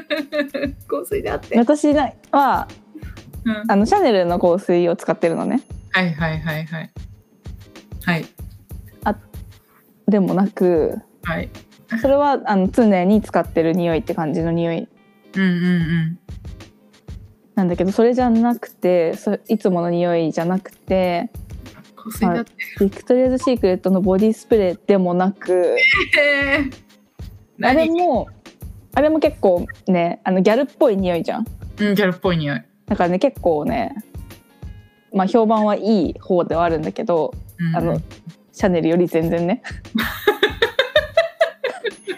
B: 香水だって
A: 私なは
B: うん
A: あのシャネルの香水を使ってるのね
B: はいはいはいはいはい
A: でもなく
B: はい
A: それはあの常に使ってる匂いって感じの匂い
B: うんうん
A: なんだけどそれじゃなくてそれいつもの匂いじゃなくて
B: うん香水だって
A: ビクトリアズ・シークレットのボディスプレーでもなく
B: へー
A: あれ
B: 何
A: もあれも結構ねあのギャルっぽい匂いじゃん
B: うんギャルっぽい匂い
A: だからね結構ねまあ評判はいい方ではあるんだけど
B: うん
A: あのシャネルより全 然ね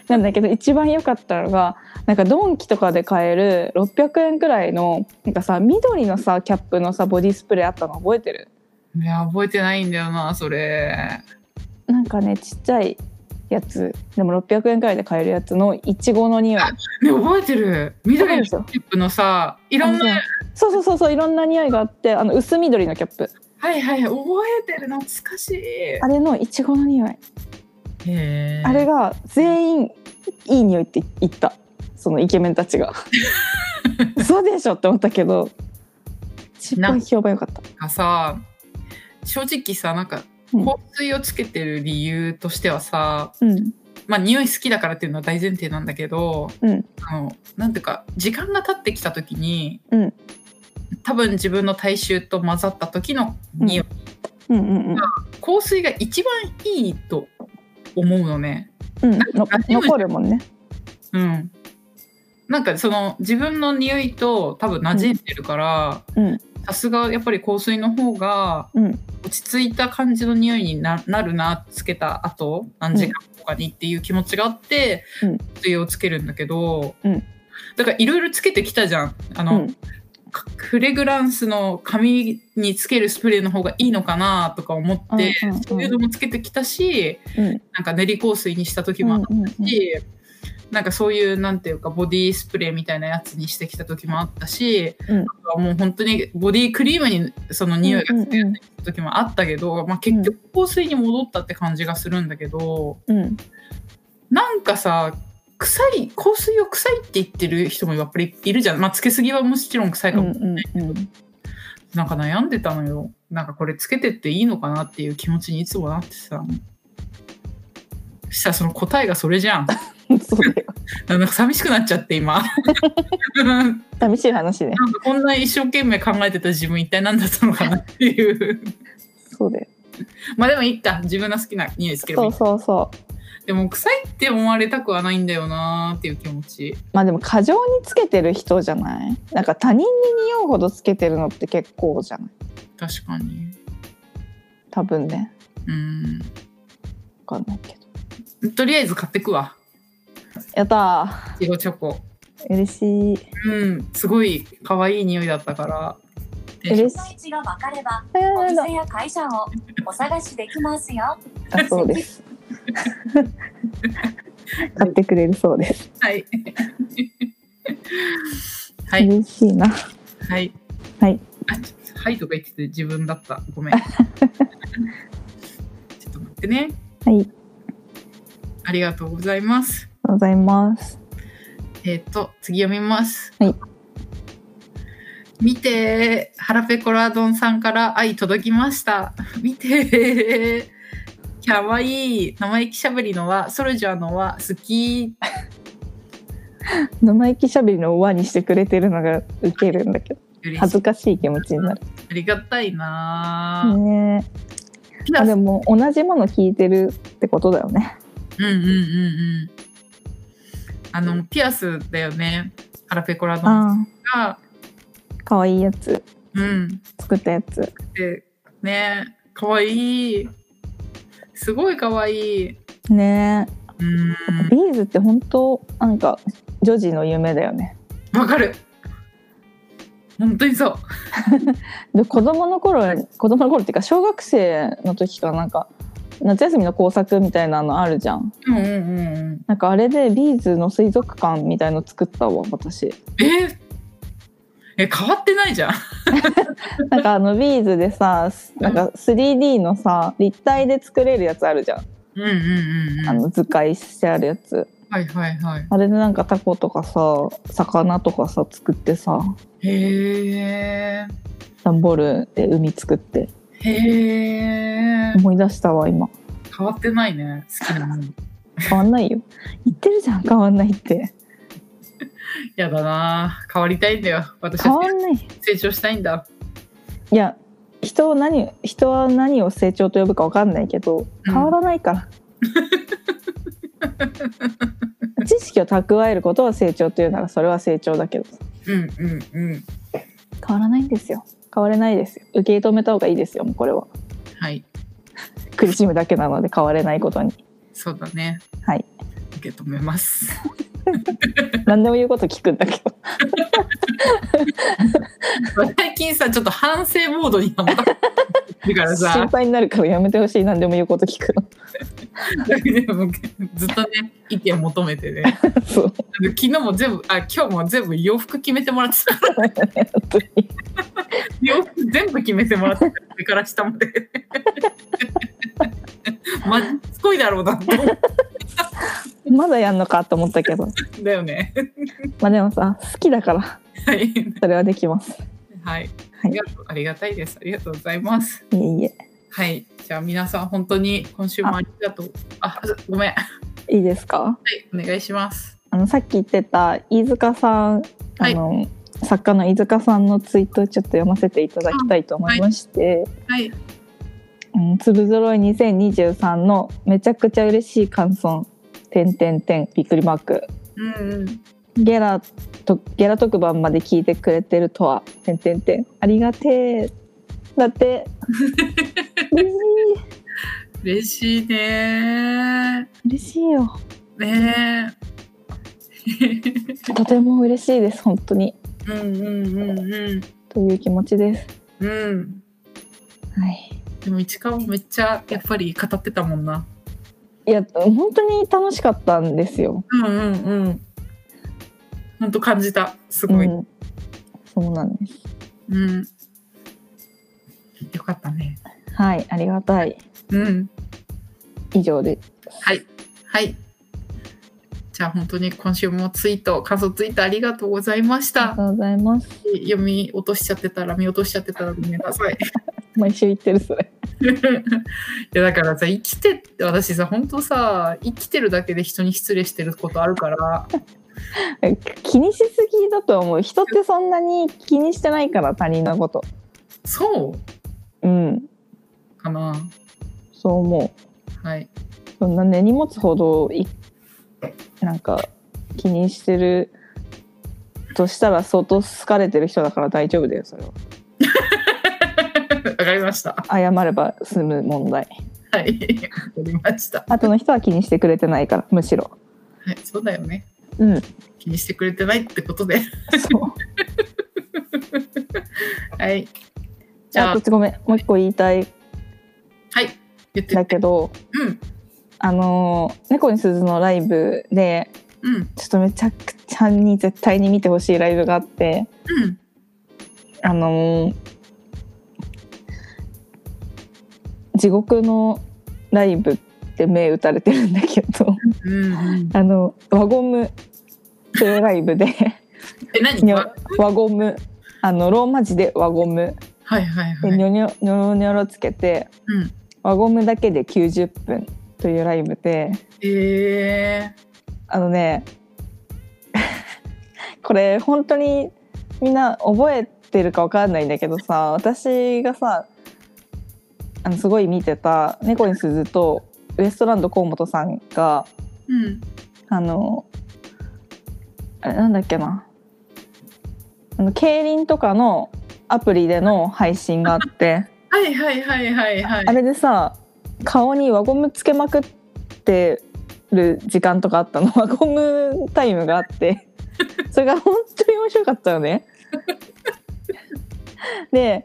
A: なんだけど一番良かったのがなんかドンキとかで買える600円くらいのなんかさ緑のさキャップのさボディスプレーあったの覚えてる
B: いや覚えてないんだよなそれ
A: なんかねちっちゃいやつでも600円くらいで買えるやつのいちごの匂い
B: ね覚えてる緑のキャップのさいろんな
A: そうそうそうそういろんな匂いがあってあの薄緑のキャップ
B: はいはい覚えてる懐かしいへ
A: あれのいちごの匂い
B: え
A: あれが全員いい匂いって言ったそのイケメンたちが嘘でしょって思ったけど一番評判良かった
B: がさ正直さなんか
A: うん
B: 香水をつけてる理由としてはさ、
A: うん
B: まあ匂い好きだからっていうのは大前提なんだけど、
A: うん
B: あのなんていうか時間が経ってきた時に、
A: うん
B: 多分自分の体臭と混ざった時の匂い、
A: うんうんうん
B: 香水が一番いいと思うのね。
A: うん、の
B: ラジオ
A: 残るもんね。
B: うん。なんかその自分の匂いと多分馴染んでるから
A: うん、
B: さすがやっぱり香水の方が
A: うん、
B: 落ち着いた感じの匂いにななるなつけた後何時間とかにっていう気持ちがあって、
A: うん
B: 香水をつけるんだけど、
A: うん
B: だからいろいろつけてきたじゃんあ
A: う
B: の、
A: ん、
B: かフレグランスの髪につけるスプレーの方がいいのかなとか思って、
A: うんうんうん
B: そういうのもつけてきたし、
A: うん
B: なんか練り香水にした時もあっ
A: うん、
B: たし、なんかそういうなんていうかボディスプレーみたいなやつにしてきた時もあったし、
A: うん
B: あとはもう本当にボディクリームにその匂いがつくようになった時もあったけど、まあ、結局香水に戻ったって感じがするんだけど、
A: うん、
B: なんかさ臭い香水を臭いって言ってる人もやっぱりいるじゃん、まあ、つけすぎはもちろん臭いかも
A: うん、うん、
B: なんか悩んでたのよ。なんかこれつけてっていいのかなっていう気持ちにいつもなってさ。そしたらその答えがそれじゃん。
A: うん、そうだよ。
B: なんか寂しくなっちゃって今。なん
A: 寂しい話ね。
B: かこんな一生懸命考えてた自分一体何だったのかなっていう。
A: そうだよ。
B: まあでもいいか。自分の好きな匂いつければい
A: そ。
B: いう
A: そうそう。
B: でも臭いって思われたくはないんだよなーっていう気持ち。
A: まあでも過剰につけてる人じゃないなんか他人に匂うほどつけてるのって結構じゃない
B: 確かに。
A: 多分ね
B: うん。
A: わかんないけど
B: とりあえず買ってくわ。
A: やった
B: いちごチョコ。
A: ー嬉しい
B: うん。すごい可愛い匂いだったから。
A: 嬉し
C: の位置が分かれば、
A: い
C: お
A: やだ
C: 店や会社をお探しできますよ。
A: だそうです 買ってくれるそうです、
B: はい。はい。
A: 嬉しいな
B: はい。
A: はい
B: あ。ちょっとはいとか言ってて自分だった。ごめん。ちょっと待ってね。
A: はいありが
B: ありがとうございます。
A: とうございます
B: えっ、と、次読みます。
A: はい。
B: 見てー、腹ペコラドンさんから愛届きました。 見てー、かわいい。生意気しゃべりのは、ソルジャーのは、好き。
A: 生意気しゃべりの輪にしてくれてるのがウケるんだけど恥
B: 嬉しい。
A: ずかしい気持ちになる
B: ありがたいなー。
A: ね
B: ピ
A: え
B: ラ
A: あ
B: ス
A: でも同じもの聞いてるってことだよね
B: うんうんうんうん。あの、ピアスだよね。アラペコラドン
A: あ
B: が、
A: あかわいいやつ
B: うん。
A: 作ったやつ
B: で、ね、かわいい。すごいかわいい。
A: ねえ
B: うん。
A: ビーズって本当なんか女児の夢だよね。
B: わかる。本当にそう。
A: で子供の頃子供の頃っていうか小学生の時かなんか夏休みの工作みたいなのあるじゃん。
B: うんうんうんうん。
A: なんかあれでビーズの水族館みたいの作ったわ私。
B: えーえ、変わってないじゃん。
A: なんかあのビーズでさなんか 3D のさ立体で作れるやつあるじゃん。
B: うんうんうんうん。
A: あの図解してあるやつ。
B: はいはいはい。
A: あれでなんかタコとかさ魚とかさ作ってさ
B: へえ。
A: 段ボールで海作って
B: へえ。
A: 思い出したわ今。
B: 変わってないね。好きなもの。
A: 変わんないよ。言ってるじゃん変わんないって。
B: やだな変わりたいんだよ。私
A: 変
B: は
A: わんないい
B: 成長したいんだ。
A: や人を何人は何を成長と呼ぶかわかんないけど変わらない から、知識を蓄えることは成長というならそれは成長だけど
B: うんうんうん。
A: 変わらないんですよ変われないですよ受け止めた方がいいですよもうこれは
B: はい。
A: 苦しむだけなので変われない ことに
B: そうだね。
A: はい
B: 受け止めます。
A: 何でも言うこと聞くんだけど
B: 最近さ、ちょっと反省モードにはまた。だから
A: 心
B: さ、
A: 配になるからやめてほしい何でも言うこと聞くの
B: ずっとね、意見求めてね。
A: そう
B: 昨日も全部、あ、今日も全部洋服決めてもらってた。
A: 本当に
B: 洋服全部決めてもらってた。上から下まで。まじすごいだろうなって思っ
A: まだやんのかと思ったけど
B: たんだよね。
A: まあでもさ好きだから
B: はい。
A: それはできます
B: はい。
A: は
B: あ
A: い
B: りがとうありがたいです。ありがとうございます。
A: いえいえ
B: はい。じゃあ皆さん本当に今週もありがとう。あ、ごめん。はい
A: いですか
B: い、お願いします。
A: あのさっき言ってた飯塚さん、
B: はい
A: あの作家の飯塚さんのツイートをちょっと読ませていただきたいと思いまして、
B: はい。
A: うん、粒揃い2023のめちゃくちゃ嬉しい感想点点点びっくりマーク
B: うんうん。
A: ゲラとゲラ特番まで聞いてくれてるとは点点点ありがてえだって 嬉しい
B: 嬉しいね
A: 嬉しいよ
B: ー。ねー
A: とても嬉しいです本当に
B: うんうんうんうん。
A: という気持ちです
B: うん。
A: はい
B: でも、市川もめっちゃやっぱり語ってたもんな。
A: いや本当に楽しかったんですよ
B: うんうんうん。ほんと感じた。すごい。
A: うん、そうなんです
B: うん。よかったね。
A: はいありがたい
B: うん。
A: 以上で
B: はい。はい。じゃあ本当に今週もツイート、感想ツイートありがとうございまし
A: ありが
B: た。
A: とうございます
B: 読み落としちゃってたら、見落としちゃってたらごめんなさい。
A: 毎週言ってるそれ
B: いやだからさ、生きて、私さ、本当さ、生きてるだけで人に失礼してることあるから、
A: 気にしすぎだと思う人ってそんなに気にしてないから他人のこと
B: そ
A: う
B: う
A: ん
B: かな。
A: そう思う
B: はい。
A: そんなね荷物ほどいなんか気にしてるとしたら相当好かれてる人だから大丈夫だよそれは
B: わかりました。
A: 謝れば済む問題
B: はい。わかりました。
A: 後の人は気にしてくれてないからむしろ
B: はい、そうだよね。
A: うんそ
B: 気にしてくれてないってことで。
A: う
B: はい。じゃ
A: あ
B: あ
A: と、ごめんもう一個言いたいん
B: はい。言って
A: だ。けど
B: うん。
A: あのー猫に鈴のライブで
B: うん。
A: ちょっとめちゃくちゃに絶対に見てほしいライブがあって
B: うん。
A: あのー地獄のライブって目打たれてるんだけど
B: うん。
A: あの輪ゴムというライブで
B: え、何
A: にょ
B: は
A: 輪ゴムあのローマ字で輪ゴム
B: いはい
A: で
B: は
A: ニ
B: い。
A: ョニョニョロニョロつけて
B: うん。
A: 輪ゴムだけで90分というライブで
B: え
A: あのね これ本当にみんな覚えてるかわかんないんだけどさ私がさあのすごい見てた「猫に鈴」とウエストランド河本さんが
B: ー。うん。
A: あのあれなんだっけなあの競輪とかのアプリでの配信があって
B: はいはいはいはいはい
A: あ。れでさ顔に輪ゴムつけまくってる時間とかあったの 輪ゴムタイムがあって それが本当に面白かったよね。で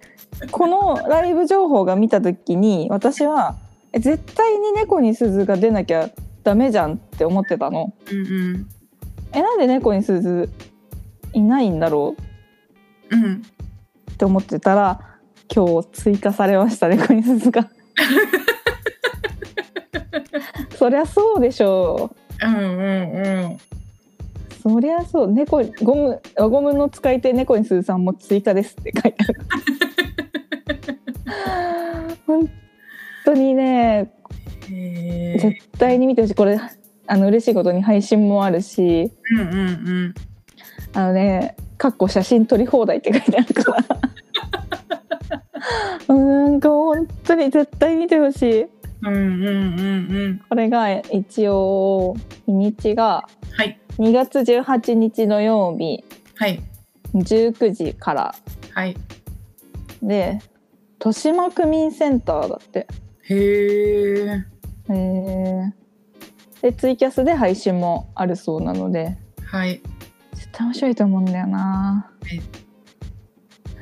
A: このライブ情報が見た時に私はえ絶対に猫に鈴が出なきゃダメじゃんって思ってたの。
B: うんうん。
A: えなんで猫に鈴いないんだろ
B: うん。
A: うって思ってたら今日追加されました猫に鈴が。そりゃそうでしょう。
B: うんうんうん。
A: そりゃそう猫ゴム輪ゴムの使い手猫に鈴さんも追加ですって書いてある本当にね
B: えー
A: 絶。対に見てほしいこれあの嬉しいことに配信もあるし
B: うんうんうん。
A: あのね「かっこ写真撮り放題」って書いてあるからうーんなんか本当に絶対見てほしい
B: うんうんうんうん。
A: これが一応日にちが
B: はい。
A: 2月18日土曜日
B: はい。
A: 19時から
B: はい。
A: で豊島区民センターだって
B: へえ。
A: へーでツイキャスで配信もあるそうなので
B: はい。
A: 絶対面白いと思うんだよな
B: はい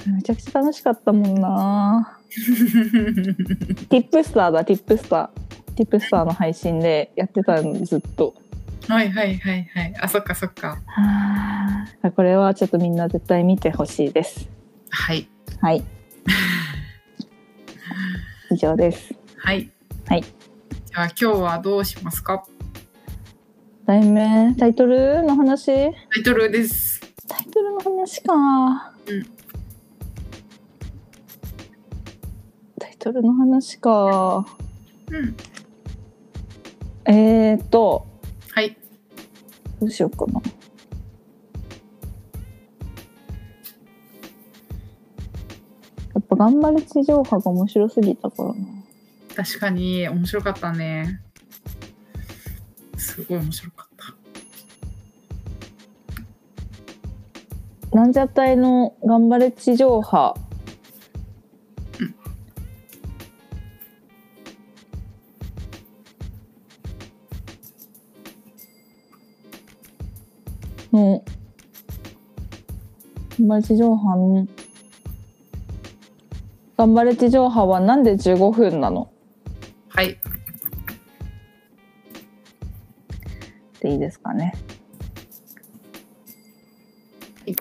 A: めちゃくちゃ楽しかったもんなティップスターだティップスターティップスターの配信でやってたのずっと
B: はいはいはいはい。あ、そっかそっか。
A: はあこれはちょっとみんな絶対見てほしいです
B: はい。
A: はい 以上です
B: はい。
A: はい。
B: じゃあ今日はどうしますか
A: 題名タイトルの話
B: タイトルです。
A: タイトルの話か。
B: うん
A: タイトルの話か。
B: うん。
A: えーと、
B: はい。
A: どうしようかな。やっぱ頑張る地上波が面白すぎたからな。
B: 確かに面白かったねすごい面白かった
A: なんちゃったいの頑張れ地上波
B: うん。
A: の。頑張れ地上波の。頑張れ地上波はなんで15分なの。
B: はい
A: っていいですかね。い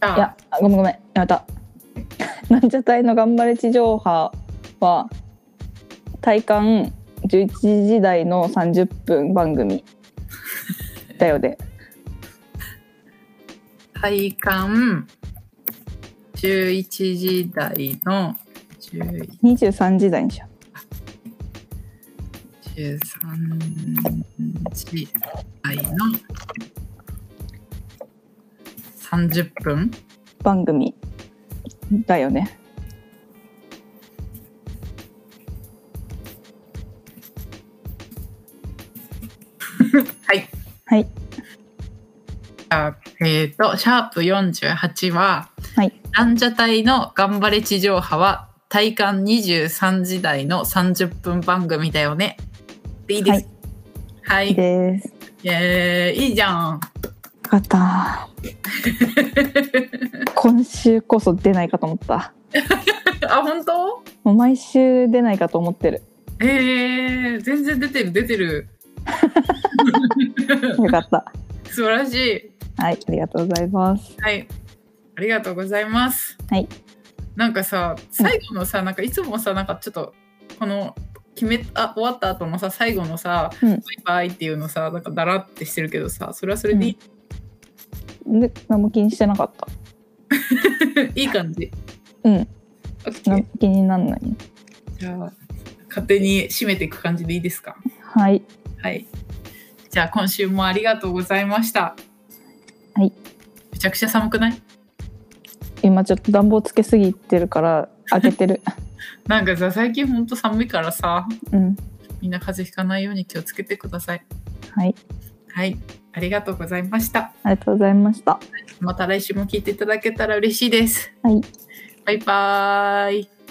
B: あ
A: や、あごめんごめん、やめた。 なんちゃ隊の頑張れ地上波は。体感11時台の30分番組。だよね。
B: 体感11時台の11
A: 23時台にしよ
B: 13時台の30分
A: う。番組。だよね。
B: はい。
A: はい。
B: えっ、と、シャープ48は、
A: はい
B: ランジャタイの頑張れ地上波は、体感23時台の30分番組だよね。でいいです。はい。
A: いいです。
B: えーいいじゃん。
A: よかった。今週こそ出ないかと思った。
B: あ、本当
A: もう毎週出ないかと思ってる。
B: えー、全然出てる、出てる。
A: よかった。
B: 素晴らしい。
A: はい、ありがとうございます。
B: はい。ありがとうございます。
A: はい。
B: なんかさ、最後のさ、なんかいつもさ、なんかちょっと、この、決めあ終わった後のさ最後のさ、
A: うん
B: バイバイっていうのさなんかだらってしてるけどさそれはそれでいい,、
A: で、何も気にしてなかった。
B: いい感じ
A: うん、
B: OK
A: な気になんない。
B: じゃあ勝手に締めていく感じでいいですか
A: はい、
B: はいじゃあ今週もありがとうございました
A: はい
B: めちゃくちゃ寒くない
A: 今ちょっと暖房つけすぎてるから、開けてる。
B: なんかさ最近ほんと寒いからさ
A: うん、
B: みんな風邪ひかないように気をつけてください
A: はい、
B: はいありがとうございました
A: ありがとうございました。
B: また来週も聞いていただけたら嬉しいです
A: はい
B: バイバーイ